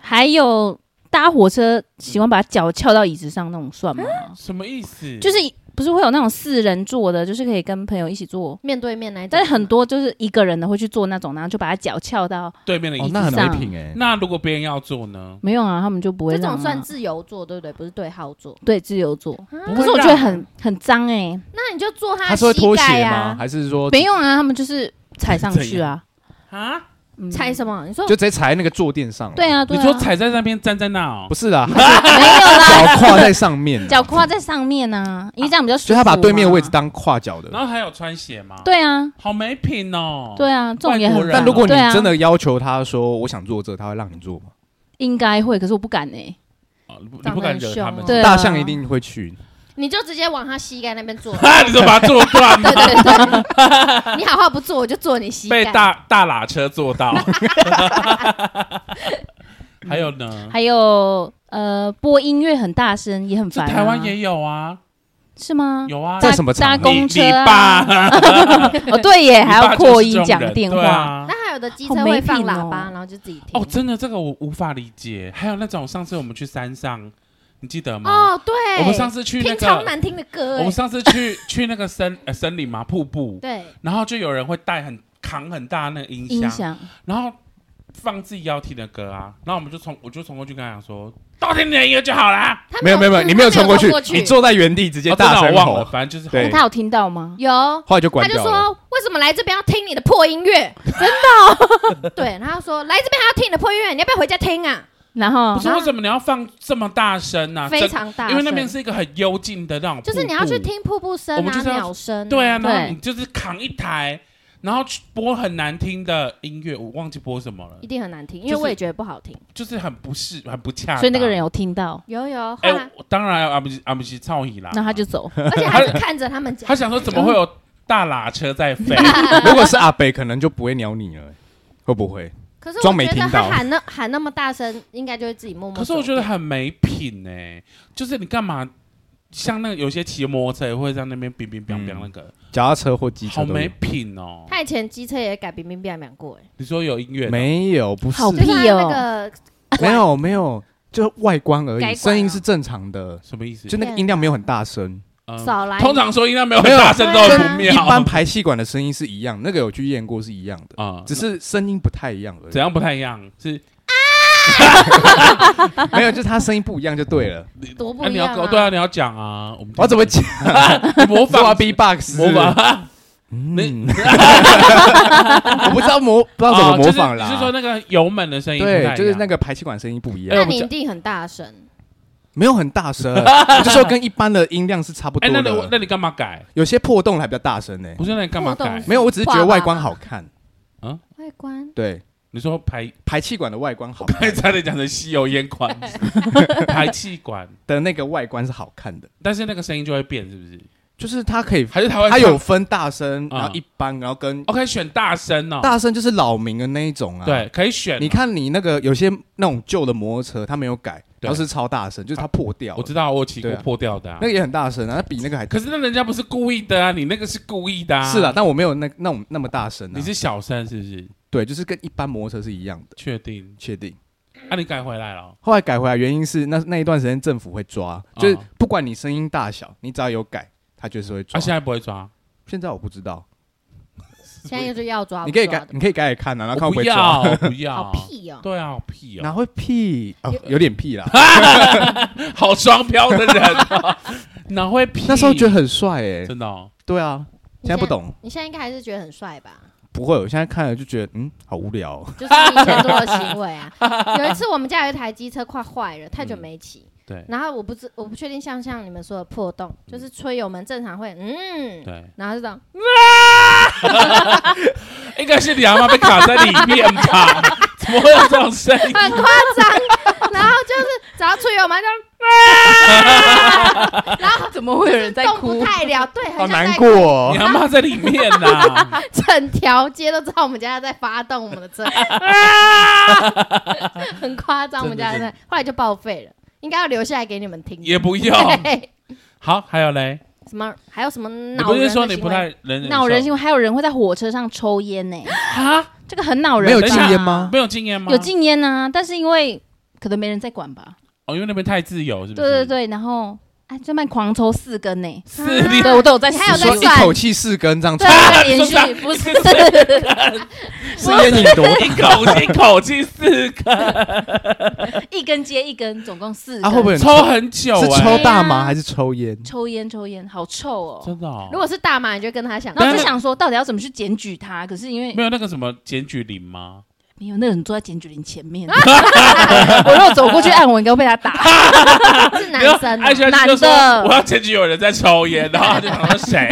C: 还有搭火车喜欢把脚翘到椅子上那种算吗？
A: 嗯
B: 什么意思？
C: 就是不是会有那种四人座的，就是可以跟朋友一起坐。
A: 面对面那一种，
C: 但是很多就是一个人的会去做那种，然后就把他脚翘到
B: 对面的椅
D: 哦，
B: 子
D: 那很
B: 上。
D: 没品哎、
B: 那如果别人要做呢？
C: 没有啊，他们就不会
A: 这
C: 让
A: 种
C: 啊
A: 算自由坐，对不对？不是对号坐。
C: 对自由坐。
B: 不
C: 嗯可
B: 会啊
C: 是我
B: 让
C: 觉得很很脏哎，
A: 那你就坐
D: 他
A: 他
D: 是会
A: 膝
D: 脱
A: 盖啊
D: 鞋吗？
A: 呀，
D: 还是说
C: 没有啊，他们就是踩上去啊，
B: 啊！
C: 嗯
A: 踩什么？你说
D: 就直接踩在那个坐垫上？
C: 对，啊，对
B: 你
C: 啊，
B: 说踩在那边站在那哦
D: 不？是啦，
C: 没有啦，
D: 脚跨在上面啊，
C: 脚跨在上面啊，因为这样比较舒服
D: 所以
C: 嘛。
D: 他把对面位置当跨脚的
B: 然。后还有穿鞋吗？，
C: 对啊，
B: 好没品哦。
C: 对啊，这种也
B: 外国
C: 很
B: 人
C: 烦。
D: 但如果你
C: 对啊
D: 真的要求他说我想坐这，他会让你坐吗？
C: 应该会，可是我不敢哎。
B: 哦，你不你不敢惹他们。 [laughs]
A: 长得很凶哦对
D: 大象一定会去，
A: 你就直接往他膝盖那
D: [laughs]
A: 边坐。
B: 啊！你就把它坐断
C: [laughs]
A: 对对对， [laughs] 你好好不坐，我就坐你膝
B: 被
A: 盖。
B: 大
C: [laughs]
B: 大喇车坐到。还有呢？
C: 还有呃，播音乐很大声也很
B: 这
C: 烦啊。
B: 台湾也有啊。
C: 是吗？
B: 有啊，
D: 在什么
C: 搭
D: 场
C: 搭
D: 合？
B: 你
C: 公车
B: 你
C: 啊
B: 爸，
C: 哦，对耶，
B: 你
C: 还要
B: 爸就是
C: 扩
B: 这
C: 音
B: 种
C: 讲
B: 人
C: 电
B: 对
C: 话，
B: 啊
A: 那还有的机
C: 好
A: 车
C: 没
A: 会放
C: 品
A: 喇
C: 哦
A: 叭，然后就自己听。
B: 哦，真的，这个我无法理解。还有那种上次我们去山上，你记得吗？
A: 哦，对，
B: 我们上次去那
A: 听超
B: 个，
A: 难听的歌
B: 我们
A: 欸，
B: 上次去 [laughs] 去那个森呃森林嘛瀑布，
A: 对，
B: 然后就有人会带很扛很大那个音
C: 音
B: 箱，
C: 响
B: 然后放自己要听的歌啊，然后我们就冲我就冲过去跟他讲说，到听你的音乐就好啦。
A: 他
D: 没有没有没有，你没有冲过去，你坐在原地直接
B: 哦真
D: 大
B: 的我
D: 声
B: 忘了，
D: 吼，
B: 反正就是
D: 对
C: 那他有听到吗？
A: 有，
D: 后来就关
A: 他就
D: 掉了。
A: 说为什么来这边要听你的破音
D: [laughs]
A: 乐？真的哦，对，然后他说来这边还要听你的破音乐，你要不要回家听啊？
C: 然后
B: 不是为什么你要放这么大声呢、啊？
A: 非
B: 真
A: 常大声，
B: 因为那边是一个很幽静的那种瀑布，
A: 就是你要去听瀑布声
B: 我们
A: 啊、
B: 就是要
A: 鸟声啊，
B: 对啊，然后
C: 对
B: 你就是扛一台，然后去播很难听的音乐，我忘记播什么了
A: 一，定很难听，
B: 就是
A: 因为我也觉得不好听。
B: 就是很不适，很不恰当。
C: 所以那个人有听到，
A: 有有，后
B: 哎、
A: 来
B: 我当然阿不是阿不是操你啦，
C: 那他就走。
A: 而且还是看着他们讲
B: 他，想说怎么会有大喇车在飞？
C: 嗯
A: [laughs]
D: [laughs] 如果是阿北，可能就不会鸟你了，会不会？
A: 可是我
D: 装没
A: 觉得
D: 听
A: 他
D: 到
A: 喊那喊那么大声，应该就会自己默默走
B: 可是
A: 掉。
B: 我觉得很没品哎、就是你干嘛？像那个有些骑摩托车也会在那边乒乒乓乓
D: 嗯
B: 那个，
D: 脚踏车或机车
B: 好
D: 都有
B: 没品哦、
A: 他以前机车也改冰冰冰冰过，哎，欸
B: 你说有音乐的
D: 没有，不是
C: 好
A: 就是他
C: 屁
A: 那
C: 哦
A: 个
D: 没有没有，就是外观而
A: 改
D: 已，
A: 管
D: 声音
A: 啊
D: 是正常的，
B: 什么意思？
D: 就那个音量没有很大声，
B: 嗯
A: 少来，
B: 通常说音量没有很
D: 没有
B: 大声都很
A: 对
B: 不
A: 啊
B: 妙。嗯
D: 一般排气管的声音是一样，那个有去验过是一样的，
B: 啊，
D: 只是声音不太一样而
B: 怎
D: 已。
B: 样不太一样？是
D: 没有，就是它声音不一样就对了。
A: 多不
B: 啊，
A: 一
B: 你要
A: 样
B: 跟我对啊，你要讲啊， [laughs] 我们
D: 我要怎么讲？ [laughs]
B: 你模
D: 我
B: 仿
D: B box
B: 模仿？ [laughs]
D: 嗯，我不知道模不知道怎么模仿啦。
B: 哦就是你是说那个油门的声音不太一样？
D: 对，就是那个排气管声音不一
B: 哎
D: 样，
A: 那
B: 我不
A: 你
B: 知
A: 一定很大声，
D: 没有很大
B: [laughs]
D: 声，我就说跟一般的音量是差不
B: 哎，
D: 多
B: 那你我
D: 的。
B: 那你干嘛
D: [laughs]
B: 改？
D: 有些破洞还比较大声呢。
B: 不是那你干嘛改
A: 互动？
D: 没有，我只是觉得外观好看，
A: 外观
D: 对，
B: 你说排，
D: 排气管的外
B: [laughs]
D: 观好
B: 还
D: 看
B: [laughs] 差点讲成吸油烟
A: [laughs]
B: 管，排气管，
D: 的那个外观是好看的，
B: 但是那个声音就会变，是不是？
D: 就是它可以，
B: 还是台湾
D: 它有分大声，
B: 嗯
D: 然后一般，然后跟
B: OK 选大声哦，
D: 大声就是扰民的那一种啊。，
B: 对，可以选。哦
D: 你，看你那个有些那种旧的摩托车，它没有改，
B: 对啊
D: 然后是超大声，就是它破掉了
B: 我知道我有骑过
D: 对啊
B: 破掉的啊
D: 那，个也很大声啊，它比那个还。
B: 可是那人家不是故意的啊，你那个是故意的啊。
D: 是啦，，但我没有那那种那么大声啊。
B: 你是小声是不是？
D: 对，就是跟一般摩托车是一样的，
B: 确定？
D: 确定。
B: 那你改回来了哦？
D: 后来改回来原因是那那一段时间政府会抓，
B: 啊
D: 就是不管你声音大小，你只要有改，他就是会抓。
B: 啊，现在不会抓。
D: 现在我不知道，
A: 现在就是要抓，
D: 你可以
A: 不抓
D: 改，你可以改改看啊，然后看
B: 我
D: 会
B: 不
D: 会抓。
B: 要，我不
A: 的，好
B: 要，
A: 屁哦，
B: 对啊，好屁
D: 哪
B: 哦，
D: 会屁？哦有点屁啦。
B: [laughs] 好双标的人哦， [laughs] 哪会屁？
D: 那时候觉得很帅哎，
B: 真的哦，
D: 对啊，
A: 你
D: 现在不，懂，
A: 你现在应该还是觉得很帅吧？
D: 不会。我现在看了就觉得，嗯，好无聊哦。
A: 就是你以前做的行为
B: [laughs]
A: 啊。有一次我们家有一台机车快坏了，太久没骑。
B: 对
A: 然后我不知我不确定像不像你们说的破洞，就是吹油门正常会嗯，
B: 嗯对，
A: 然后就这样，
B: 应该是你阿妈被卡在里面吧？怎么会有这种声音？
A: 很夸张。然后就是只要吹油门就
C: 怎么会有人在
A: 动
C: 哭
A: 不？太
B: [laughs]
A: 了，对，
D: 好
A: 很像
D: 难
A: 在
D: 过哦
B: 你。阿妈在里面呐？
A: 整条街都知道我们家在发动我们
B: [laughs]
A: 的车， [laughs] 很夸张。我们家
B: 真的
A: 在后来就报废了，应该要留下来给你们听。
B: 也不要。
A: 对
B: 好，还有嘞，
A: 什么还有什么
B: 你
A: 恼
B: 不
A: 人
B: 是
A: 的
B: 说你不
A: 行为
B: 太能
C: 恼人
B: 受
C: 行为，还有人会在火车上抽烟呢，
B: 啊？
C: 这个很恼人。
D: 没有禁烟吗？
B: 没有禁烟吗？
C: 有禁烟啊，但是因为可能没人在管吧。
B: 哦，因为那边太自由，是不
C: 对
B: 是？
C: 对，对，然后哎，专门狂抽四根呢。
B: 是你
C: 对我都有在数，
A: 你还有
D: 你
A: 在
D: 说
A: 算
D: 一口气四根这样 [laughs] 抽
C: 对，，在
B: 你
C: 连
B: 说
C: 续不是
D: 是烟瘾多
B: 一口一口气四个，
C: [laughs] 一根接一根，总共四根。
D: 啊？会不会很
B: 抽很久
D: 是
B: 哎，
D: 抽大
C: 对
D: 麻
C: 啊
D: 还是
B: [laughs]
D: 抽烟？
C: 抽烟？抽烟好臭哦。
B: 真的哦。
A: 如果是大麻，你就跟他想，
C: 然后
B: 但
C: 我就是想说，到底要怎么去检举他？可是因为
B: 没有那个什么检举铃吗？
C: 没有那个人坐在检举林前 [laughs] 面，我如果走过去按，我应该会被他打。
A: 是
B: 没有
A: 男生、
B: 艾
A: 啊，
B: 轩就说
C: 男的
B: 我要检举有人在抽烟，然后他
C: [laughs]
B: 就想到谁，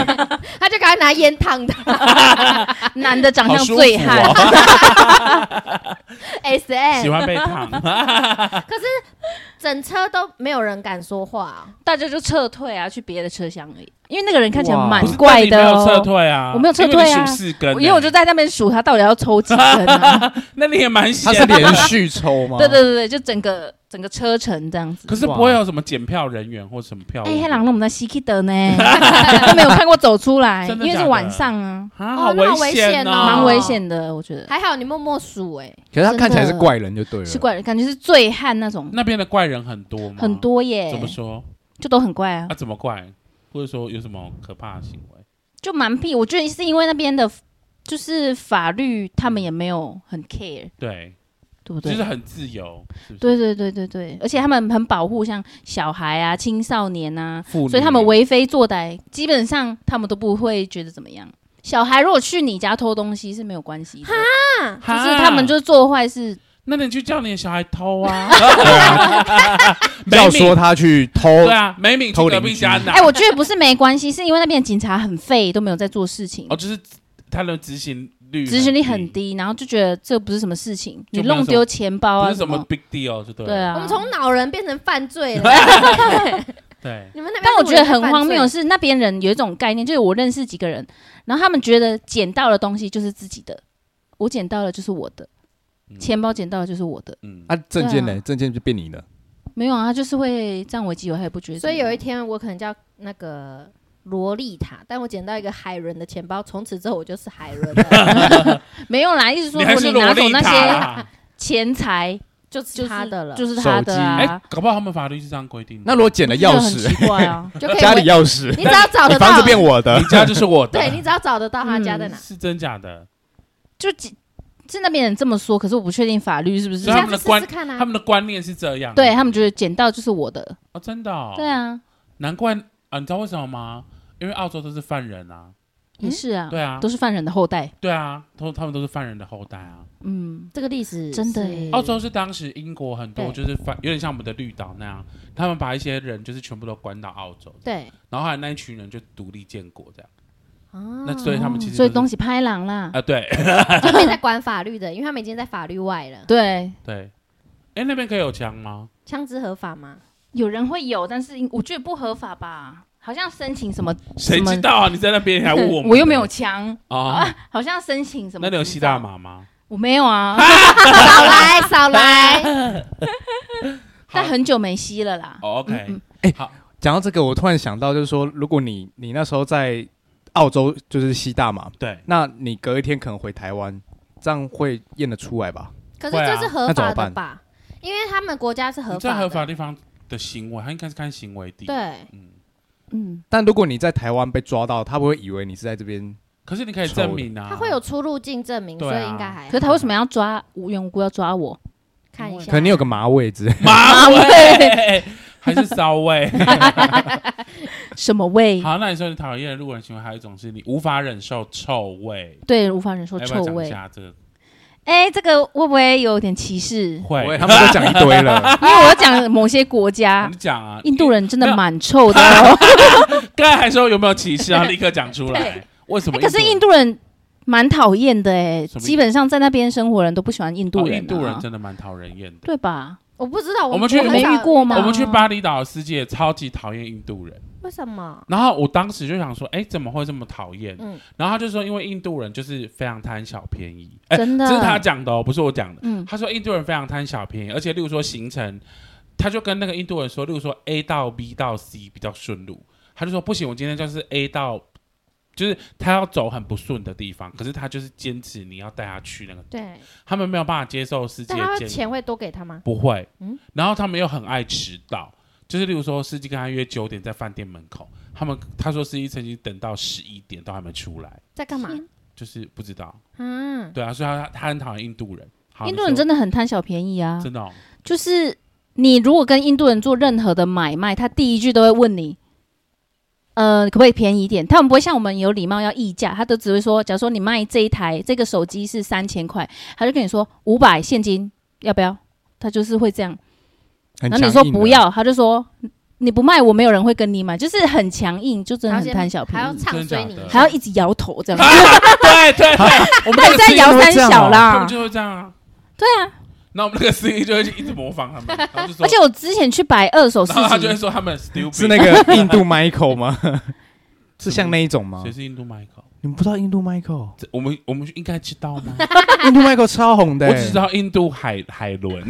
A: 他就赶快拿烟烫他。
C: [laughs]
A: [laughs]
C: 男的长
B: 好
C: 相
B: 舒服
C: 醉汉，
B: 哦，
A: S
B: 喜
A: M，
B: 欢被啊烫。
A: 整车都没有人敢说话、
C: 大家就撤退啊，去别的车厢而已。因为那个人看起来
D: 哇
C: 蛮
B: 不是
C: [laughs] 怪的
B: 但你没有撤
C: 哦。
B: 退啊，
C: 我没有撤退啊
B: 因为你数四根欸、
C: 因为我就在那边数他到底要
B: [laughs]
C: 抽几根啊？
B: 那你也蛮闲
D: 他
B: 的
D: 是连续抽
B: 哦
D: 吗？
C: [laughs] 对对对对，就整个整个车程这样子。
B: 可是不会有什么检票人员或什么票务
C: 哎，黑狼，那我们在西基德呢，
B: [laughs]
C: 都没有看过走出来，
B: 真
C: 因
B: 的假的
C: 为是晚上啊，
B: 啊，
A: 哦
B: 好
A: 那好危
B: 险
A: 险哦
C: 蛮
A: 哦
C: 危险的，我觉得
A: 还好你默默数哎、
D: 可是他看起来是怪人就对了，
C: 是怪人，感觉是醉汉那种，
B: 那边的怪人很多吗？
C: 很，多欸耶
B: 嗯怎，么说？
C: 就都很怪啊
B: 啊，，怎么怪？或者说有什么可怕的行为？
C: 就蛮屁。我觉得是因为那边的，就是法律他们也没有很
A: 嗯
C: care，
B: 对，
C: 对不
B: 就
C: 对
B: 是？很自由，是不是？
C: 对对对对对，而且他们很保护像小孩啊、青少年啊，
B: 妇女
C: 所以他们为非作歹，基本上他们都不会觉得怎么样。小孩如果去你家偷东西是没有关系的，
A: 啊，
C: 就是他们，
B: 哈
C: 就做坏事，
B: 那你去叫你的小孩偷
D: [laughs]
B: 啊，[laughs]
D: 啊
C: [laughs]
B: 美
D: 要
B: 敏
D: 说他去偷，
B: 对啊，美敏去
D: 哦偷
B: 隔
D: 邻
B: 壁
D: 居
B: 家拿
C: 哎、，我觉得不是没关系，是因为那边的警察很废，都没有在做事情
B: 哦，，就是他的执行率，
C: 执行力很，低，然后就觉得这不是什么事情，
B: 就
C: 你
B: 没有
C: 弄
B: 什么
C: 丢钱包
B: 不
C: 啊
B: 是什么 big deal，就对了
C: 对，啊，
A: 我们从恼人变成犯罪了。
B: 对，
A: 你们那边，
C: 但我觉得很荒谬的，是，那边人有一种概念，就是我认识几个人，然后他们觉得捡到的东西就是自己的，我捡到了就是我的，
B: 嗯
C: 钱包捡到的就是我的，
B: 嗯，
D: 啊，证件
C: 对
D: 呢？证件就变你的，
C: 没有啊，他就是会占为己有，他也不觉得怎
A: 所
C: 么
A: 以
C: 样。
A: 有一天我可能叫那个萝莉塔，但我捡到一个海伦的钱包，从此之后我就是海伦了，
C: 没有啦，意思说
B: 你
C: 如
B: 还
C: 果
B: 是
C: 你
B: 萝
C: 拿走
B: 莉
C: 那
B: 塔
C: [laughs] 些
B: 啊。
C: 钱财，
A: 就是
C: 就是
A: 他的了，
C: 就是他的
B: 哎、
C: 啊。
B: 搞不好他们法律是这样规定的。
D: 那如果捡了
C: 这
D: 钥
C: 很
D: 匙，
C: 奇怪
B: [laughs]
C: 啊，
A: 就可以
D: [laughs] 家里
A: 为
D: 钥匙，
A: 你只要找
D: 你
A: 得
D: 房
A: 到
D: 子，变我的
B: 你，家就是我的，嗯
A: 对你只要找得到他家在哪，
B: [laughs] 是真假的？
C: 就几是那边人这么说，可是我不确定法律是不
A: 你
C: 是
B: 所以。
A: 下
B: 他们
A: 次
B: 的观
A: 试试看
B: 他
A: 啊。
B: 们的观念是这样，
C: 对他们觉得捡到就是我的，
B: 哦，真的、哦，
C: 对，啊，
B: 难怪啊，你知道为什么吗？因为澳洲都是犯人啊，
C: 也是啊，
B: 对啊
C: 都，是犯人的后代。
B: 对啊，都他们都是犯人的后代啊。
C: 嗯，
A: 这个历史
C: 真的
A: 是
C: 耶
B: 澳洲是当时英国很多
A: 对
B: 就是犯，有点像我们的绿岛那样，他们把一些人就是全部都关到澳洲，
A: 对
B: 然后后来那一群人就独立建国这样。
A: 啊
B: 那所以他们其实
C: 所以
B: 都是
C: 东西拍狼啦
B: 啊、，对 [coughs]
A: 他们也在管法律的，因为他们已经在法律外了。
C: 对，
B: 对，哎，那边可以有枪吗？
A: 枪支合法吗？
C: 有人会有，但是我觉得不合法吧。好像申请什么，
B: 谁
C: 什么
B: 知道啊？你在那边还问我们
C: 我又没有枪，
B: 啊？
C: 好像申请什么？
B: 那你有吸大？麻吗？
C: 我没有啊，
A: 少来少来，
C: 但很久没吸了啦。
B: 哦 OK，、
C: 嗯
D: 讲到这个，我突然想到，就是说，如果你你那时候在澳洲就是吸大麻，
B: 对，
D: 那你隔一天可能回台湾，这样会验得出来吧？
A: 可是
B: 会啊
A: 这是合
D: 那
A: 法
D: 怎么
A: 的
D: 办
A: 吧？因为他们国家是合
B: 你在
A: 法
B: 合法
A: 的，
B: 地方的行为，他应该是看行为地。，
A: 对，
B: 嗯，
C: 嗯，
D: 但如果你在台湾被抓到，他不会以为你是在这边，
B: 可是你可以证明啊，
A: 他会有出入境证明，
B: 对啊
A: 所以应该还
C: 可
A: 好
C: 是他为什么要抓无缘无故要抓我？
A: 看一下。
D: 可能你有个麻味之类。
B: 麻
C: 麻
B: 味 [laughs] 还是骚
C: [laughs]
B: 味。
C: 什么味？
B: 好，那你说你讨厌的路人行为，还有一种是你无法忍受臭味，
C: 对，无法忍受
B: 要不哎
C: 臭
B: 要讲一
C: 味。
B: 下这个
C: 哎、这个会不会有点歧视？
B: [laughs] 会
D: [laughs] 喂，他们都讲一堆
C: [laughs]
D: 了，
C: 因为我要讲某些国家
B: [laughs] 你，讲啊，
C: 印度人真的蛮臭的、
B: [laughs]
C: 哦
B: 刚才还说有没有歧视啊？立刻讲出来，为什么
C: 哎
B: 人？
C: 可是印度人蛮讨厌的哎、
B: 什么意思
C: 基本上在那边生活的人都不喜欢印度
B: 哦
C: 人、啊
B: 印度人真的蛮讨人厌的。
C: 对吧？
A: 我不知道，
B: 我
A: 们
B: 们去
A: 很
B: 我
A: 少
C: 们遇过吗
B: 我们去巴厘岛的世界超级讨厌印度人，
A: 为什么？
B: 然后我当时就想说，哎，怎么会这么讨厌？
A: 嗯
B: 然后他就说，因为印度人就是非常贪小便宜，哎，
C: 真的，啊
B: 这是他讲的哦，不是我讲的。
C: 嗯，
B: 他说印度人非常贪小便宜，而且例如说行程，他就跟那个印度人说，例如说 A 到 B 到 C 比较顺路，他就说不行，我今天就是 A 到，就是他要走很不顺的地方，可是他就是坚持你要带他去那个，
A: 对，
B: 他们没有办法接受司机
A: 但
B: 的
A: 他
B: 建议，
A: 钱会多给他吗？
B: 不会，
A: 嗯
B: 然后他们又很爱迟到，就是例如说司机跟他约九点在饭店门口，他们他说司机曾经等到十一点都还没出来，
A: 在干嘛？
B: 就是不知道，
A: 嗯，
B: 对啊，所以他他很讨厌印度人，好
C: 印度人
B: 你说
C: 真的很贪小便宜啊，
B: 真的、哦。
C: 就是你如果跟印度人做任何的买卖，他第一句都会问你，呃，可不可以便宜一点？他们不会像我们有礼貌要议价，他都只会说，假如说你卖这一台这个手机是三千块，他就跟你说五百现金要不要？他就是会这样。
D: 很
C: 然后
B: 啊
C: 你
D: 强
C: 说
D: 硬
C: 不
D: 的，
C: 要，他就说你不卖我没有人会跟你买，就是很强硬，就真的
A: 然后
C: 很
A: 先
C: 贪小便
A: 还要
C: 宜，
A: 唱衰你
B: 真的假的，
C: 还要一直摇头这样。
B: 对对对，我啊们
C: 到底在摇三小
B: 啊他们
C: 啦？
B: 就会这样啊。
C: 对啊，
B: 那我们那个司仪就会一直模仿他
C: [laughs]
B: 们，然后就说，
C: 而且我之前去摆二手市
B: 然后他就会
C: 集，
B: 说他们 stupid， [laughs]
D: 是那个印度 Michael 吗？是像那一种吗
B: 谁？是印度 Michael？
D: 你们不知道印度 Michael？
B: [laughs] 这我们我们应该知道吗？
D: 印度 Michael 超红的、欸，
B: 我只知
D: [laughs]
B: 道印度海海伦，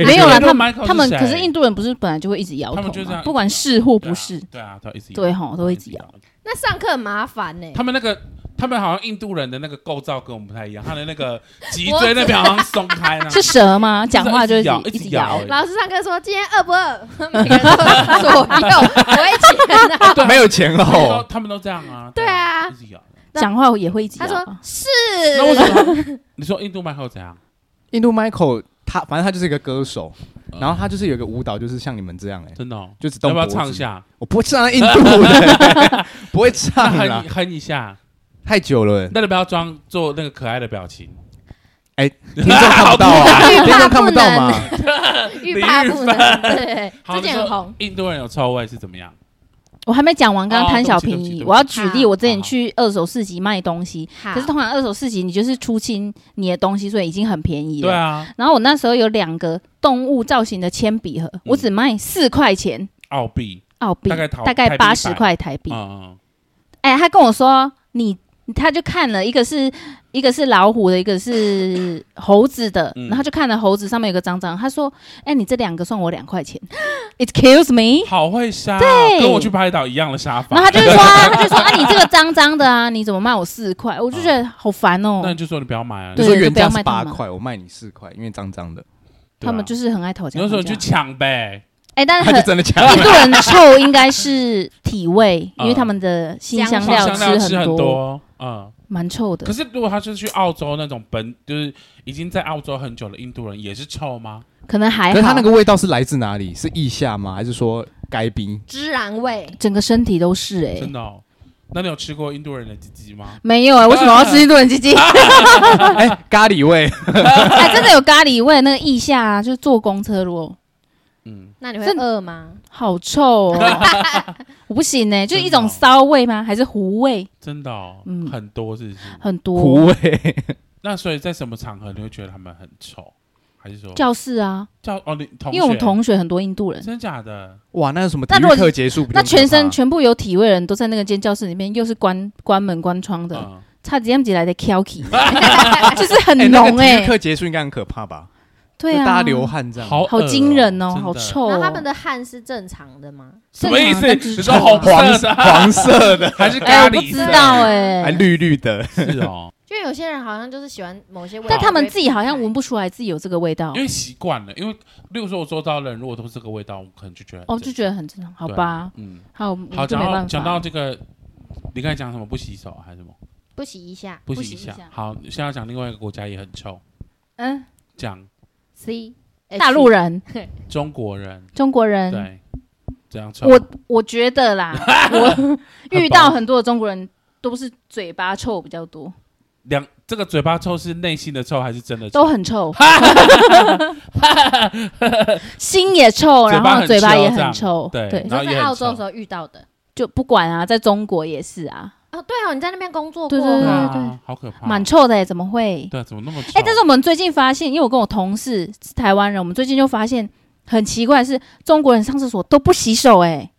C: 没有啦，他们
B: Michael
C: 他们
B: 是谁
C: 可是印度人不是本来就会一直摇
B: 他们就
C: 头
B: 这样
C: 吗？不管是或哦不是，
B: 对啊，对啊，他一直
C: 对吼，都会一直摇。
B: 摇。
A: 那上课很麻烦呢、
B: 他们那个，他们好像印度人的那个构造跟我们不太一样，他的那个脊椎那边好像松开了。
C: 是蛇吗？讲话就
B: 一直摇
C: 一
B: 一直
C: 直
B: 摇
C: 摇
B: 欸。
A: [laughs] 老师上课说今天饿不饿？ [laughs] 每个人
C: [laughs]
A: 都左右，我一起跟
B: [laughs]
A: 他。
D: 没有前
B: 他们都
D: 后，
B: 他们都这样啊。
A: 对啊
B: 一直摇。
C: 讲话也会一直
A: 他
C: 摇。啊
A: 说是，
B: 那为什
C: [laughs]
B: 么？你说印度麦克怎样？
D: [laughs] 印度 Michael 他反正他就是一个歌手，然后他就是有一个舞蹈，就是像你们这样哎、
B: 真的哦，
D: 就只
B: 嗯
D: 动
B: 要不要
D: 脖子
B: 唱一？下？
D: 我不会唱啊印度
B: [laughs]
D: 的，不会唱
B: 那 [laughs]
D: 啦
B: 哼，哼一下，
D: 太
B: [laughs]
D: 久了。
B: 那你不要装做那个可爱的表情。
D: 听众看不到啊，听众看不到嘛？
A: [laughs] 欲罢不能。对，
B: 好
A: 最近很红。
B: 印度人有臭味是怎么样？
C: 我还没讲完，刚刚
B: 哦
C: 贪
B: 对不
C: 小
B: 起对
C: 便
B: 不起
C: 宜
B: 对。不
C: 我要
A: 起
C: 举例，
A: 好
C: 我之前
B: 好
C: 去二手市集卖东西，
A: [laughs] 好
C: 可是通常二手市集你就是出清你的东西，所以已经很便宜了。
B: 对啊，
C: 然后我那时候有两个动物造型的铅笔盒，我只卖四块钱
B: 澳币，
C: 澳币，
B: 嗯大概淘
C: 大概八十。块
B: 台
C: 台
B: 币
C: 币
B: 一百。嗯，
C: 哎，他跟我说你。他就看了一个是一个是老虎的，一
B: [laughs]
C: 个是猴子的，
B: 嗯
C: 然后他就看了猴子上面有个脏脏，他说：“哎、你这两个算我两块钱。”Excuse [gasps] me，
B: 嗯好会杀，
C: 对
B: 跟我去拍岛一样的杀法
C: 然。后他就会
B: [laughs]
C: 说、啊，他就说啊，你这个脏脏的啊，你怎么卖我四块？我就觉得好烦哦、
B: 那你就说你不要买啊
D: 你
C: [laughs] 对。
D: 说原价是八块，我卖你四块，因为脏脏的，
B: 对啊
C: 他们就是很爱讨价
B: 你就说
C: 还
B: 你去
C: 价。
B: 抢呗，
C: 哎、但是
D: 他
C: 很
D: 就真
C: [laughs]
D: 的假
C: 印
D: 的。
C: 度人臭应该是体味，
B: 嗯
C: 因为他们的新香
A: 料
B: [laughs] 啊
C: 料
B: 香料吃
C: 很
B: 很，多，嗯。
C: 蛮臭
B: 可
C: 的。
B: 是如果他就是去澳洲那种本，就是已经在澳洲很久的印度人，也是臭吗？
C: 可能还
D: 可是
C: 好，
D: 他那个味道是来自哪里？是腋下吗？还是说该冰？
A: 孜然味，
C: 整个身体都是哎、
B: 真的、哦？那你有吃过印度人的鸡鸡吗？
C: 没有哎、为什么要吃印度人
B: [laughs]
C: 鸡鸡？
D: 哎，咖喱味，
C: 哎、真的有咖喱味，那个腋下、啊、就是坐公车如果
B: 嗯，
A: 那你会
C: 真
A: 饿吗？
C: 好臭
B: [laughs]
C: 哦，我不行呢、欸就一
B: 真的
C: 种
B: 哦
C: 骚味吗？还是狐味？
B: 真的、哦，
C: 嗯
B: 很多是不是？
C: 很
D: 糊
C: 多
D: 味，
B: 那所以在什么场合你会觉得他们很臭？还是说
C: 教室啊，
B: 叫哦你同学？
C: 因为我们同学很多印度人，
B: 真假的？
D: 哇，那有什么体
C: 那
D: 育
C: 如果
D: 课结束比
C: 那
D: 较可怕？
C: 全身全部有体味的人都在那个间教室里面，又是关关门关窗的，
B: 嗯，
C: 差点起来的
B: [laughs]
C: k 起，就是很
D: 哎，那
C: 浓
D: 个
C: 哎、
D: 体育课结束应该很可怕吧？
C: 对
D: 就
C: 啊，
D: 大家流汗这样。
B: 好恶
C: 好惊人哦，
B: 真的
C: 好臭、
A: 然
C: 哦。
A: 后他们的汗是正常的吗？
B: 什么意
C: 正
B: 思？
C: 常但就是
B: 你说
C: 臭
B: 红
C: 啊
B: 色的
D: [laughs] 黄色的，
B: 还是
C: 哎、
B: 咖
C: 我不
B: 喱
C: 知
B: 色？
C: 道哎、
D: 还绿绿的，
B: 是哦，
A: 就有些人好像就是喜欢某些味道，
C: 但他们自己好像
A: 我
C: 闻不出来自己有这个味道
B: 因，为习惯了。因为例如说我周遭的人如果都是这个味道，我可能就觉得
C: 哦，就觉得很正常，好
B: 对啊
C: 吧？
B: 嗯，
C: 好，我们
B: 好，
C: 就
B: 讲
C: 没办
B: 到
C: 法。
B: 讲到这个，你刚才讲什么不洗手啊还是什么？
A: 不洗一下
B: 不
C: 不
B: 洗
C: 洗
B: 一
C: 一
B: 下
C: 下。
B: 好，现在要讲另外一个国家也很臭，
C: 嗯，
B: 讲
A: C
C: 大陆人、
B: 中国人，
C: 中国人，
B: 对，这样臭。
C: 嗯我我觉
B: [laughs]
C: 得啦，我遇
B: 棒
C: 到很多的中国人都是嘴巴臭比较
B: [laughs]
C: 多，
B: 两这个嘴巴臭是内心的臭还是真的臭？ [laughs]
C: 都很臭，心也臭，
B: 嘴
C: 然
B: 巴很
C: 后嘴巴
B: 臭
C: 也
B: 这样
C: 很臭，
B: 对
C: 对，
B: 然后
A: 然后
B: 也很
A: 在澳洲
B: 臭
A: 的时候遇到的
C: 就不管啊，在中国也是啊，
A: 哦，对哦，你在那边工作过，
C: 对对
B: 对
C: 对
B: 啊，好可怕，
C: 蛮臭的欸耶，怎么会？
B: 对啊，怎么那么臭？
C: 哎、但是我们最近发现，因为我跟我同事是台湾人，我们最近就发现很奇怪的是，中国人上厕所都不洗手、哎，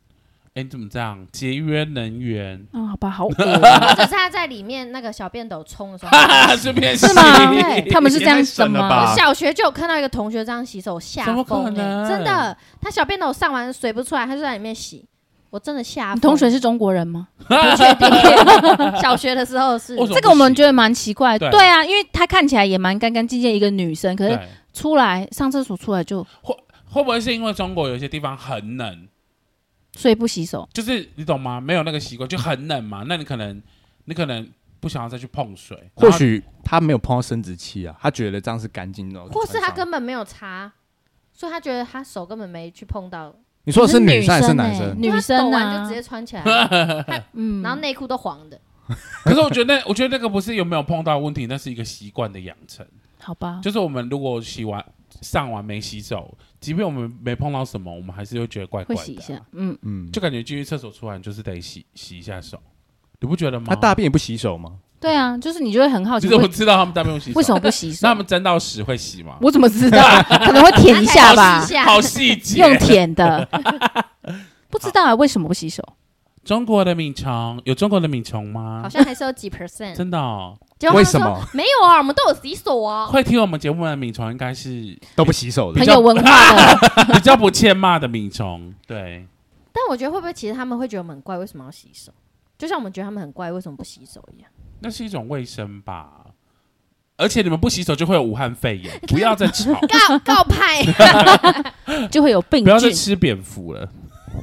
B: 哎，你怎么这样节约能源？
C: 啊，好吧，好恶 [laughs] 啊、
A: 或者是他在里面那个小便斗冲
C: [laughs]
A: 的时候，
B: [laughs] 顺便洗
C: 是吗哎
A: 对？
C: 他们是这样子的
D: 也太神了
C: 吗？
D: 吧
A: 小学就有看到一个同学这样洗手吓
B: 怎么可
A: 疯、
B: 能
A: 欸，真的，他小便斗上完水不出来，他就在里面洗，我真的吓疯。
C: 你同学是中国人吗？
A: 不确定， [laughs] 小学的时候是
B: 为什么不洗
C: [laughs] 这个我们觉得蛮奇怪。
B: 对
C: 对啊，因为她看起来也蛮干干净净的一个女生，可是
B: 对，
C: 出来上厕所出来就
B: 会不会是因为中国有些地方很冷？
C: 所以不洗手。
B: 就是你懂吗？没有那个习惯，就很冷
D: 嗯
B: 嘛。那你可能，你可能不想要再去碰水，
D: 或许他没有碰到生殖器啊，他觉得这样是干净的。
A: 或是他根本没有擦，所以他觉得他手根本没去碰到，
D: 你说的是
C: 女
D: 女生还是
C: 生
D: 男
C: 哎
D: 生？
C: 女
A: 因为他抖
C: 生
A: 完就
C: 啊
A: 直，接穿
B: [laughs]
A: 起来了，
C: 嗯，
A: 然后内裤都黄的。
B: 可是我觉得那，我觉得那个不是有没有碰到问题，那是一个习惯的养成。
C: 好吧，
B: 就是我们如果洗完上完没洗手，即便我们没碰到什么，我们还是会觉得怪怪
C: 会
B: 的、啊
C: 洗一下，，嗯，
D: 嗯，
B: 就感觉进去厕所出来你就是得洗洗一下手，你不觉得吗？
D: 他大便也不洗手吗？
C: 对啊，就是你就会很好
B: 其
C: 奇
B: 实我
C: 为
B: 知道他们大便用洗手，
C: 为什么不洗手
B: 那他？们沾到屎会洗吗？
C: 我怎么知道？ [laughs] 可能会舔一 [laughs] 下吧
A: 他才。
C: [laughs]
A: 洗一下
B: 好细节，
C: 用舔的，不知道啊，为什么不洗手？
B: 中国的米虫有中国的米虫吗
A: 好？像还是有几 percent。
B: 啊真的、哦，
A: 结果他们
D: 为什
A: 说
D: 么
A: 没有啊？我们都有洗手
C: 哦
A: 啊。
B: 会听我们节目的米虫应该是
D: [laughs] 都不洗手的
C: 很？有文 [laughs] 化的，
B: 比较不欠骂的米虫，对，
A: 但我觉得会不会其实他们会觉得我们很怪，为什么要洗手？就像我们觉得他们很怪，为什么不洗手
B: [laughs]
A: 一样。
B: 那是一种卫生吧。而且你们不洗手就会有武汉肺炎，不要再吵，
A: 告告派，
C: 就会有病
B: 不要再
C: 菌。
B: 吃蝙蝠了。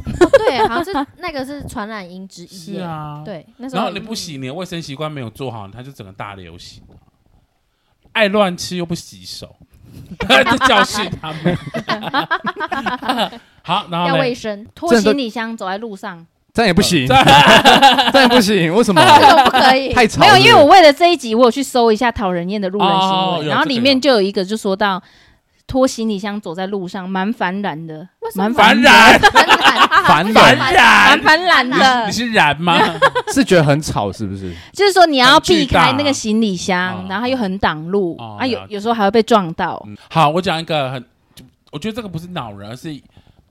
A: [laughs] 对，好像是那个是传染因之一。
B: 是，啊，。
A: 对，那时候
B: 然后你不洗，你的卫生习惯没有做好，它就整个大流行。爱乱吃又不洗手，这教训他们。好，然
A: 要
B: 后嘞
A: 卫生，
C: 拖行李箱走在
B: [laughs]
C: 路上，
D: 这样也不行， [laughs] 这样也不行，为什
B: 嗯
C: [laughs]
D: 么？
A: 这种不可以。
D: 太吵
C: 没
D: 了。
C: 有，因为我为了这一集，我有去搜一下讨人厌的路人
B: 哦
C: 行
B: 有
C: 为，然后
B: 这个
C: 里
B: 有
C: 面就有一个就说到拖行李箱走在路上，蛮烦人的，
A: 为什么
C: 蛮
B: 烦
C: 人
B: 染，
A: 烦
D: 烦
B: 烦
D: 烦
C: 蛮
B: 染，
C: 烦人
B: 哎你
C: 的，
B: 是染吗？
D: 是觉得很吵是不是？
C: 就是说你要
B: 很巨
C: 避
B: 大
C: 开那个行李
B: 哦
C: 箱，然后它又很挡路
B: 哦
C: 啊，有
B: 了解
C: 有时候还会被撞到。
B: 嗯好，我讲一个很，就我觉得这个不是恼人，而是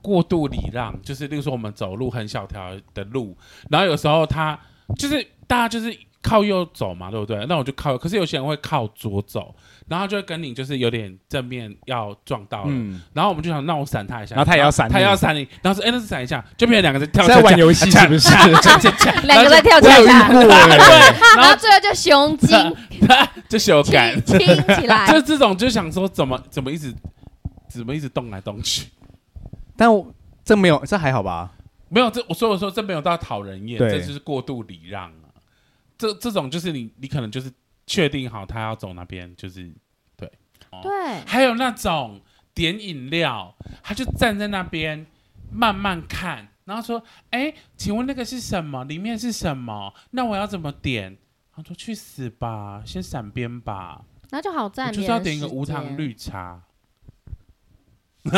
B: 过度礼让。就是，例如说我们走路很小条的路，然后有时候他就是大家就是靠右走嘛，对不对？那我就靠右，可是有些人会靠左走，然后他就会跟你就是有点正面要撞到了，
D: 嗯，
B: 然后我们就想那我闪他一下，
D: 然后他也要闪你
B: 他也要闪你，然后说哎、那是闪一下，就变成两个人跳
D: 在玩游戏是
B: [laughs]
D: 不是？
C: [laughs]
B: 嗯
C: 两个在跳
D: [laughs] 我
C: 恰
D: 有遇
C: 恰，
D: 过 [laughs] 哎，
A: 然后最后就胸
B: [laughs]
A: 襟
B: 就是有感
C: [laughs]
A: 亲，亲起来，
B: [laughs] 就是这种就想说怎么怎么一直怎么一直动来动去。
D: 但我这没有，这还好吧？
B: 没有这，我所以我说这没有到讨人厌，
D: 对
B: 这就是过度礼让啊。这这种就是你，你可能就是确定好他要走那边，就是哎
A: 对，
B: 还有那种点饮料，他就站在那边慢慢看，然后说：“哎，请问那个是什么？里面是什么？那我要怎么点？”他说：“去死吧，先闪边吧，
A: 然后就好赞
B: 我
A: 美。
B: 就是要点一个无糖，绿茶。” [laughs]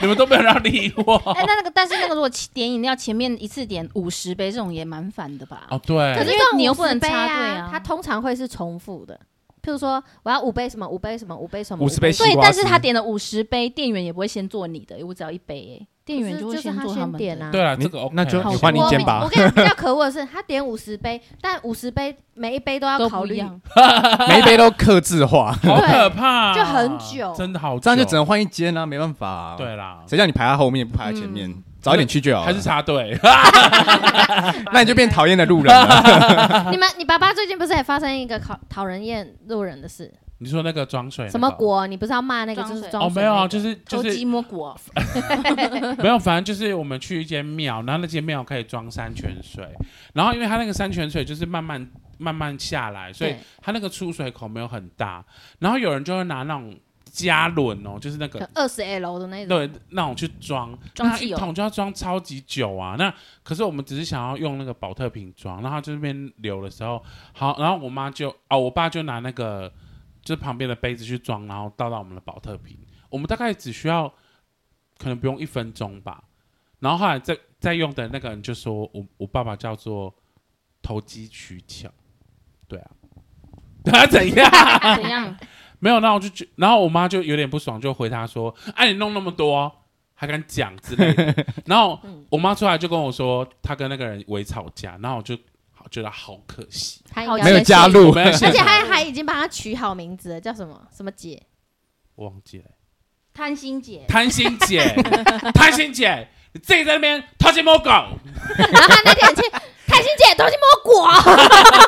B: 你们都没有让理我
C: 哎，那那个但是那个如果起点饮料前面一次点五十杯这种也蛮烦的吧？
B: 哦，对，
A: 可是
C: 因为
A: 这种
C: 你又
A: 五十
C: 不能
A: 杯
C: 插队
A: 啊
C: 啊，
A: 它通常会是重复的。譬如说，我要五杯什么，五杯什么，五杯什么，
D: 50杯
A: 什
D: 西
A: 么
C: 对，
D: 瓜
C: 但是
D: 汁
C: 他点了五十杯，店员也不会先做你的，我只要一杯、哎，店
A: 不
C: 员
A: 是
C: 会
A: 就是
C: 先
A: 他
C: 做
A: 先
C: 他们
A: 点啊
B: 对了，
D: 你
B: 这个 OK，
D: 那就
C: 好
D: 你换你
A: 我
D: 肩吧
A: 我，跟你讲，比较可恶的是，他点五十杯，但五十杯每一杯都要
C: 都
A: 考
C: 不一
A: 虑，
C: [laughs] 样。
D: [laughs] 每一杯都克制化，
B: 好可怕哦，
A: 就很久
B: 真的好久，
D: 这样就只能换一间啊，没办法啊。
B: 对啦，
D: 谁叫你排在后面不排在前面？早一点去就好了。
B: 还是插队， [laughs]
D: 那你就变讨厌的路人
C: [laughs]
D: 了。
B: 啊
A: 你们，你爸爸最近不是也发生一个讨讨人厌路人的事？
B: 你说那个装水那个
A: 什么国？你不是要骂那个就是装
B: 哦，没有啊，就
A: [laughs]
B: 是是就
C: 偷
B: 是
C: 鸡摸啊果，
B: 没有，反正就是我们去一间庙，然后那间庙可以装山泉
A: [laughs]
B: 水，然后因为它那个山泉水就是慢慢慢慢下来，所以
A: 对
B: 它那个出水口没有很大，然后有人就会拿那种加仑哦，就是那个
A: 二十 L 的那种。
B: 对，那种去装，
C: 装
B: 那
C: 汽
B: 一
C: 油
B: 桶就要装超级久啊。那可是我们只是想要用那个保特瓶装，然后就那边流的时候，好，然后我妈就哦，我爸就拿那个就是旁边的杯子去装，然后倒到我们的保特瓶。我们大概只需要可能不用一分钟吧。然后后来再再用的那个人就说我我爸爸叫做投机取巧，对啊， [laughs] 他怎样？
C: 怎样？
B: 没有，那我就觉，然后我妈就有点不爽，就回她说：“哎、你弄那么多，还敢讲之类的。”然后我妈出来就跟我说，她跟那个人微吵架，然后我就好觉得好可惜，
A: 还
C: 好
A: 应该
D: 没有
A: 是
D: 加
B: 我
D: 入，
B: [laughs] 们在
A: 而
B: 现
A: 且
B: 场
A: 还还已经帮他取好名字了，叫什么什么姐？ [laughs]
B: 我忘记了，
C: 贪心姐，
B: 贪心姐，贪心姐，你自己在那边偷鸡摸狗，
A: 然后他那天去开心姐偷鸡摸果。 [laughs]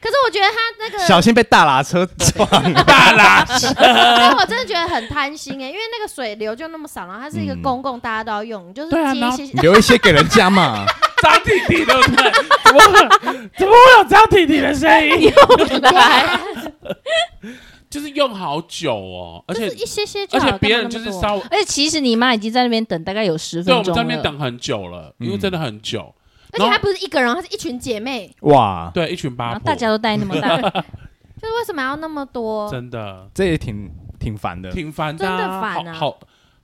A: 可是我觉得他那个，
D: [laughs] 小心被大拉车 [laughs] 撞。
B: 大啦，
A: 但我真的觉得很贪心哎、因为那个水流就那么少，然后它是一个
D: 嗯
A: 公共，大家都要用，就是
B: 对啊
A: 接
B: 然
A: 一
B: 后
A: 些
D: 留一些给人
C: [laughs]
D: 家嘛，
B: 张弟弟对不对？怎么会有怎么会有张弟弟的声
A: [laughs]
B: 音？
A: 来，
B: 就是用好久哦，而
A: 就
B: 且
A: 是一些些就
B: 而
A: 好了，
B: 且别
A: 干
B: 人
A: 嘛那么
B: 就是
A: 多
B: 稍微。
C: [laughs] 而且其实你妈已经在那边等大概有十
B: 对，我们
C: 分钟
B: 在那边
C: 了。
B: 等很久了，因为
D: 嗯
B: 真的很久。
A: 而
B: 然
A: 且
B: 后
A: 她不是一个人，她是一群姐妹，
D: 哇，
B: 对，一群八
C: 然后
B: 婆，
C: 大家都带那么
B: [laughs]
C: 大，
A: 就是为什么要那么多？
B: 真的
D: 这也挺挺烦的。
B: 挺烦啊
A: 真的烦啊
B: 好好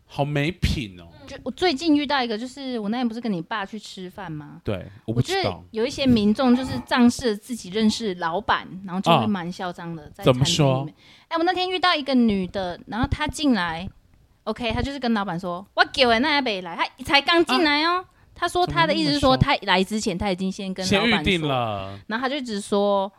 B: 好没品哦。
C: 就我最近遇到一个，就是我那天不是跟你爸去吃饭吗？
B: 对，我
C: 我
B: 不
C: 觉
B: 知
C: 得
B: 道
C: 有一些民众就是仗势自己认识老板，然后就会蛮嚣张的，在
B: 啊怎
C: 餐
B: 么
C: 厅
B: 说
C: 里面。哎，我那天遇到一个女的，然后她进来，OK，她就是跟老板说：“我给我那也北来。”她才刚进来哦，他说他的意思是说，
B: 啊怎
C: 他来之前他已经先跟老
B: 先预
C: 板
B: 定
C: 说，
B: 了，
C: 然后他就只说，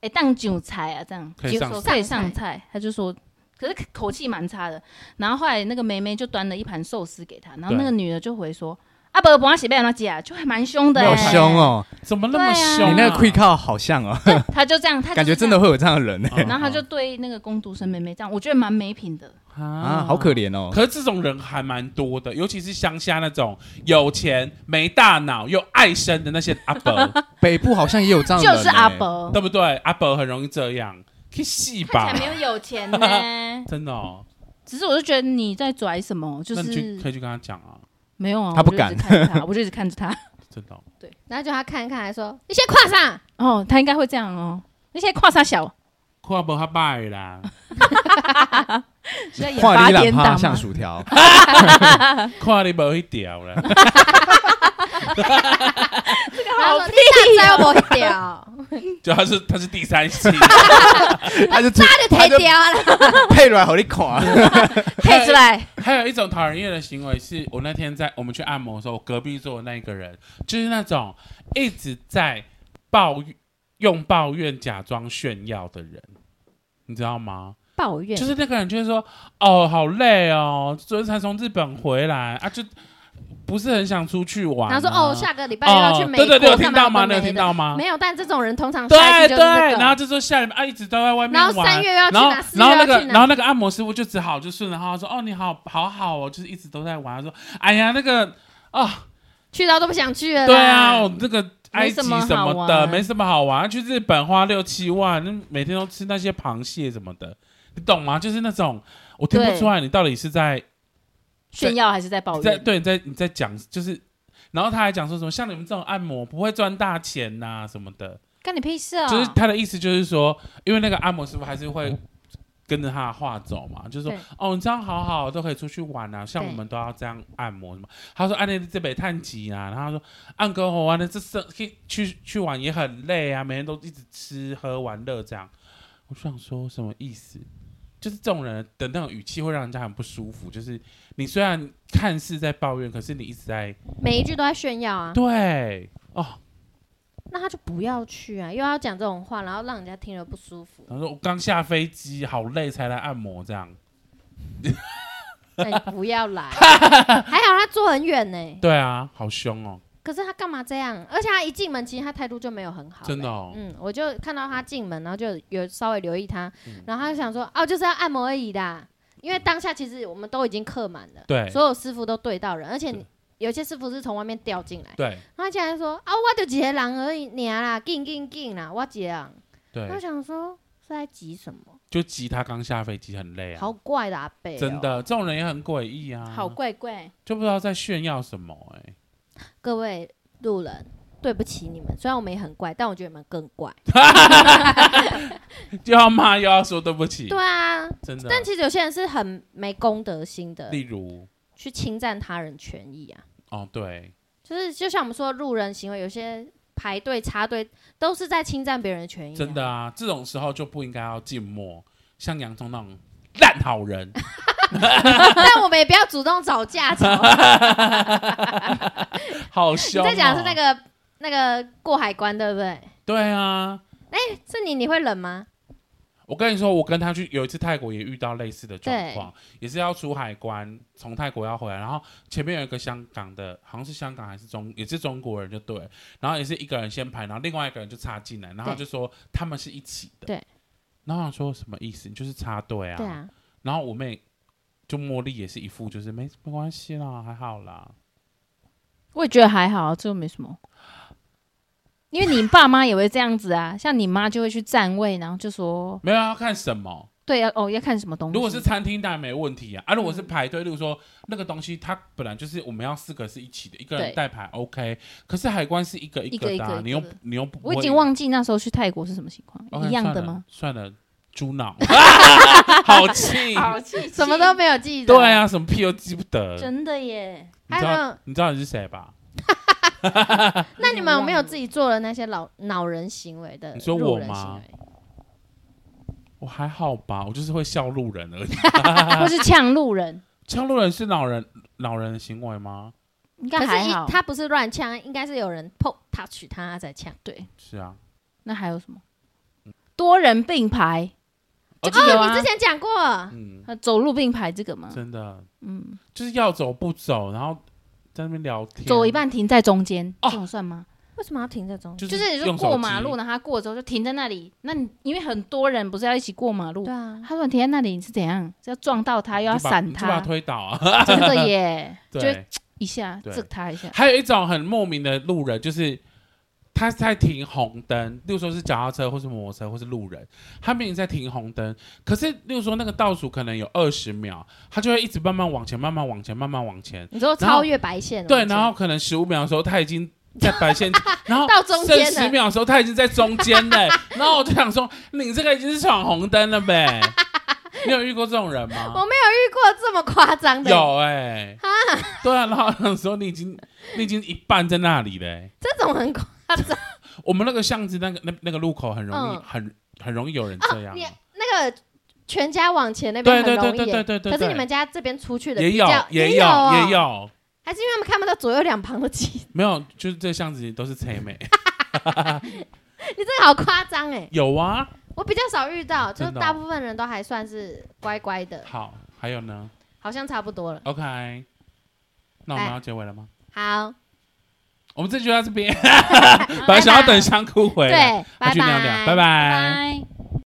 C: 哎、当韭菜啊，这样
B: 可以上
C: 说
A: 菜
C: 可以上菜，他就说，可是口气蛮差的。然后后来那个妹妹就端了一盘寿司给他，然后
B: 对
C: 那个女的就回说，啊，不不，我是被他啊，就还蛮凶的、
D: 好
C: 欸，
D: 凶哦！
B: 怎么那么
C: 对啊啊
B: 凶啊？
D: 你那个 quick call 好像哦，
C: [laughs] 他就这样，他就是
D: 感觉
C: 这
D: 真
C: 样
D: 的。会有这样的人呢
B: 嗯
C: 然后他就对那个工读生妹妹这样，我觉得蛮没品的。
D: 啊，好可怜哦。
B: 可是这种人还蛮多的，尤其是乡下那种有钱没大脑又爱生的那些阿
C: [laughs]
B: 伯，
D: 北部好像也有这样的
C: 就
D: 人呢，
C: 是阿伯，
B: 对不对？阿伯很容易这样，去戏吧。
C: 看起，来没有有钱呢
D: [laughs]
B: 真的哦。
C: 只是我就觉得你在拽什么，就
B: 那你去
C: 是
B: 可以去跟他讲啊，
C: 没有啊，
D: 他
C: 我
D: 不
C: 就一直
D: 敢
C: 看着他，我就一直看着他。
B: 真的哦。
A: 然后就他看一看，还说你先跨 [laughs] 上，
C: 哦，他应该会这样哦。那些跨沙小，
B: 跨不他拜啦，
C: 是在演
D: 画
C: 八
D: 里懒
C: 点
D: 趴
C: 档啊
D: 像
C: 吗？
D: 薯条，
B: 跨你不会屌了。 [laughs]
A: 然后说你大招我屌， [laughs]
B: 就他是他是第三
C: [laughs]
B: 期，
D: 他就
A: 他就太屌了，
D: 配来好你啊垮，
C: 配出来，
B: [laughs] 还有一种讨人厌的行为是，我那天在我们去按摩的时候，我隔壁坐的那一个人就是那种一直在抱怨，用抱怨假装炫耀的人，你知道吗？
A: 抱怨
B: 就是那个人就是说，哦，好累哦，昨天才从日本回来啊，就不是很想出去玩、啊。
A: 然后说哦，下个礼拜
B: 哦
A: 要去美
B: 对
A: 国，
B: 对对，有听
A: 干嘛
B: 到吗？
A: 有的
B: 你有
A: 没
B: 听
A: 的
B: 到吗？
A: 没有，但这种人通常下一
B: 对
A: 句
B: 对，
A: 就是这个
B: 然后就说下礼拜啊，一直都在外面
A: 然后
B: 玩。
A: 三月又要去
B: 然后
A: 哪，四月
B: 然后那
A: 要去
B: 个，
A: 哪
B: 然后那个按摩师傅就只好就顺着他说：“哦，你好，好好哦，就是一直都在玩。”他说：“哎呀，那个啊，
A: 去到都不想去了啦。
B: 对啊，我那个埃及
C: 没什么
B: 什么
C: 好
B: 的，
C: 玩
B: 没什么好玩，去日本花六七万，那每天都吃那些螃蟹什么的，你懂吗？就是那种我听不
C: 对
B: 出来你到底是在
C: 炫耀还是在抱
B: 在
C: 怨？
B: 对你在你在讲，就是，然后他还讲说什么像你们这种按摩不会赚大钱呐、什么的。”
C: 干你屁事啊！
B: 就是他的意思就是说，因为那个按摩师傅还是会跟着他的话走嘛，就是说
A: 对
B: 哦，你这样好好都可以出去玩啊，像我们都要这样按摩什么。他说按啊那这北探集啊，然后他说按哥好玩的，这是去去去玩也很累啊，每天都一直吃喝玩乐这样。我就想说什么意思？就是这种人的那种语气会让人家很不舒服。就是你虽然看似在抱怨，可是你一直在
A: 每一句都在炫耀啊，
B: 对哦，
A: 那他就不要去啊，又要讲这种话，然后让人家听了不舒服。
B: 然后说我刚下飞机，好累才来按摩这样。
A: 那哎你不要
B: [laughs]
A: 来，还好他坐很远呢。
B: 对啊，好凶哦，
A: 可是他干嘛这样？而且他一进门，其实他态度就没有很好。
B: 真的哦。
A: 嗯，我就看到他进门，然后就有稍微留意他，
B: 嗯
A: 然后他就想说，哦，就是要按摩而已的，因为当下其实我们都已经客满了，
B: 对
A: 所有师傅都对到人，而且
B: 对
A: 有些师傅是从外面调进来，
B: 对
A: 然后他竟然说，啊，我就几个人而已，你啊啦，进进进啦，啊我几个人，他
B: 对，
A: 想说是在急什么，
B: 就急他刚下飞机很累啊，
A: 好哦怪的阿贝、
B: 真。的，这种人也很诡异啊，
C: 好怪怪，
B: 就不知道在炫耀什么 [laughs] 哎、
A: 各位路人，对不起你们，虽然我们也很怪，但我觉得你们更怪。
B: 又要骂又要说对不起，
A: 对啊，
B: 真的。
A: 但其实有些人是很没公德心的，
B: 例如，
A: 去侵占他人权益啊。
B: 哦对，
A: 就是就像我们说的路人行为，有些排队插队都是在侵占别人的权益、
B: 真的，
A: 嗯
B: 啊，这种时候就不应该要静默，像洋葱那种烂
A: [laughs]
B: 好人，
A: [laughs] 但我们也不要主动找架吵。
B: [laughs] 好
A: 你
B: 凶、哦。
A: 在讲的是那？个那个过海关对不对？
B: 对啊，
A: 是你你会冷吗？
B: 我跟你说，我跟他去有一次泰国也遇到类似的状
A: 对
B: 况，也是要出海关，从泰国要回来，然后前面有一个香港的，好像是香港还是中，也是中国人就对了，然后也是一个人先排，然后另外一个人就插进来，然后
A: 对
B: 就说他们是一起的，
A: 对，
B: 然后我想说什么意思？就是插队啊，
A: 对，啊，
B: 然后我妹就茉莉也是一副就是没没关系啦，还好啦，
C: 我也觉得还好，这又没什么。因为你爸妈也会这样子啊， [laughs] 像你妈就会去占位，然后就说
B: 没有要看什么，
C: 对啊，哦要看什么东西。
B: 如果是餐厅当然没问题啊，啊，如
C: 嗯
B: 果是排队，例如说那个东西，它本来就是我们要四个是一起的，一个人
C: 对
B: 带牌 OK，可是海关是一个一个的、啊，
A: 一个一个
B: 你
A: 一个
B: 又
A: 的
B: 你又不
C: 我已经忘记那时候去泰国是什么情况
B: OK，
C: 一样的
B: 哦算了算
C: 吗？？
B: 了，猪脑， [laughs] 好气，
C: 气，
A: 什么都没有记得。
B: 对，啊，什么屁都记不得，
C: 真的耶。
B: 你知
A: 还
B: 道
A: 有
B: 你知道你是谁吧？
A: 那你们有没有自己做了那些老恼人行为的？
B: 你说我吗？我还好吧，我就是会笑路人而已。 [laughs]
C: 或是呛路人？
B: 敲路人是老人老人的行为吗？
C: 应
A: 可
C: 该
A: 是
C: 还
A: 一
C: 好。
A: 他不是乱呛，应该是有人碰 touch 他在呛。
C: 对，
B: 是啊，
C: 那还有什么？多人并排，
B: 哦
C: 这
A: 哦，
C: 个有啊
A: 你之，前讲过，
B: 嗯，
C: 呃走路并排这个嘛，
B: 真的
C: 嗯，
B: 就是要走不走，然后在那边聊天，啊
C: 走一半停在中间，
B: 哦
C: 这种算吗？
A: 为什么要停在中间？
B: 就是
C: 就是你说
B: 用手
C: 过马
B: 机
C: 路，然后他过之后就停在那里，那你因为很多人不是要一起过马路
A: 对，啊，
C: 他说你停在那里你是怎样？是要撞到他，
B: 你
C: 又要
B: 就把
C: 闪
B: 你就把他
C: 他，
B: 推倒啊。
C: 真的耶，就会
B: 对，
C: 一下
B: 对
C: 制他一下，
B: 还有一种很莫名的路人，就是他在停红灯，例如说是脚踏车或是摩托车或是路人，他明明在停红灯，可是例如说那个倒数可能有二十秒，他就会一直慢慢往前，慢慢往前，慢慢往前。
A: 你说
B: 然后
A: 超越白线了，
B: 对，然后可能十五秒的时候他已经在
A: [laughs]
B: 白线，然后
A: 到中间了
B: 剩十秒的时候他已经在中间嘞，然后我就想说，你这个已经是闯红灯了
A: [laughs]
B: 呗？你有遇过这种人
A: 我
B: 吗？
A: 没有遇过这么夸张的，
B: 有哎、对啊，然后我想说你已经你已经一半在那里嘞、哎
A: 这种很夸张。
B: 我们那个巷子那个那那个路口很容易、
A: 嗯
B: 很很容易有人这样
A: 你，那个全家往前那边很
B: 对
A: 容易
B: 对对
A: 耶，
B: 对对对对
A: 可是你们家这边出去的
B: 也
A: 比
B: 有
A: 较
B: 也
A: 有啊
B: 也，有，
A: 还是因为他们看不到左右两旁的骑，
B: 没有就是这巷子都是车妹， [laughs]
A: 你这个好夸张哎！
B: 有啊。
A: 我比较少遇到，就是
B: 真的哦
A: 大部分人都还算是乖乖的，
B: 好，还有呢
A: 好像差不多了。
B: ？OK，那我们
A: 哎
B: 要结尾了吗？
A: 好，
B: 我 [laughs] 们这就到这边，本来想要等香菇回来，
A: 对，
B: 他
A: 拜
B: 去
A: 拜
B: 尿尿，拜拜
C: 拜。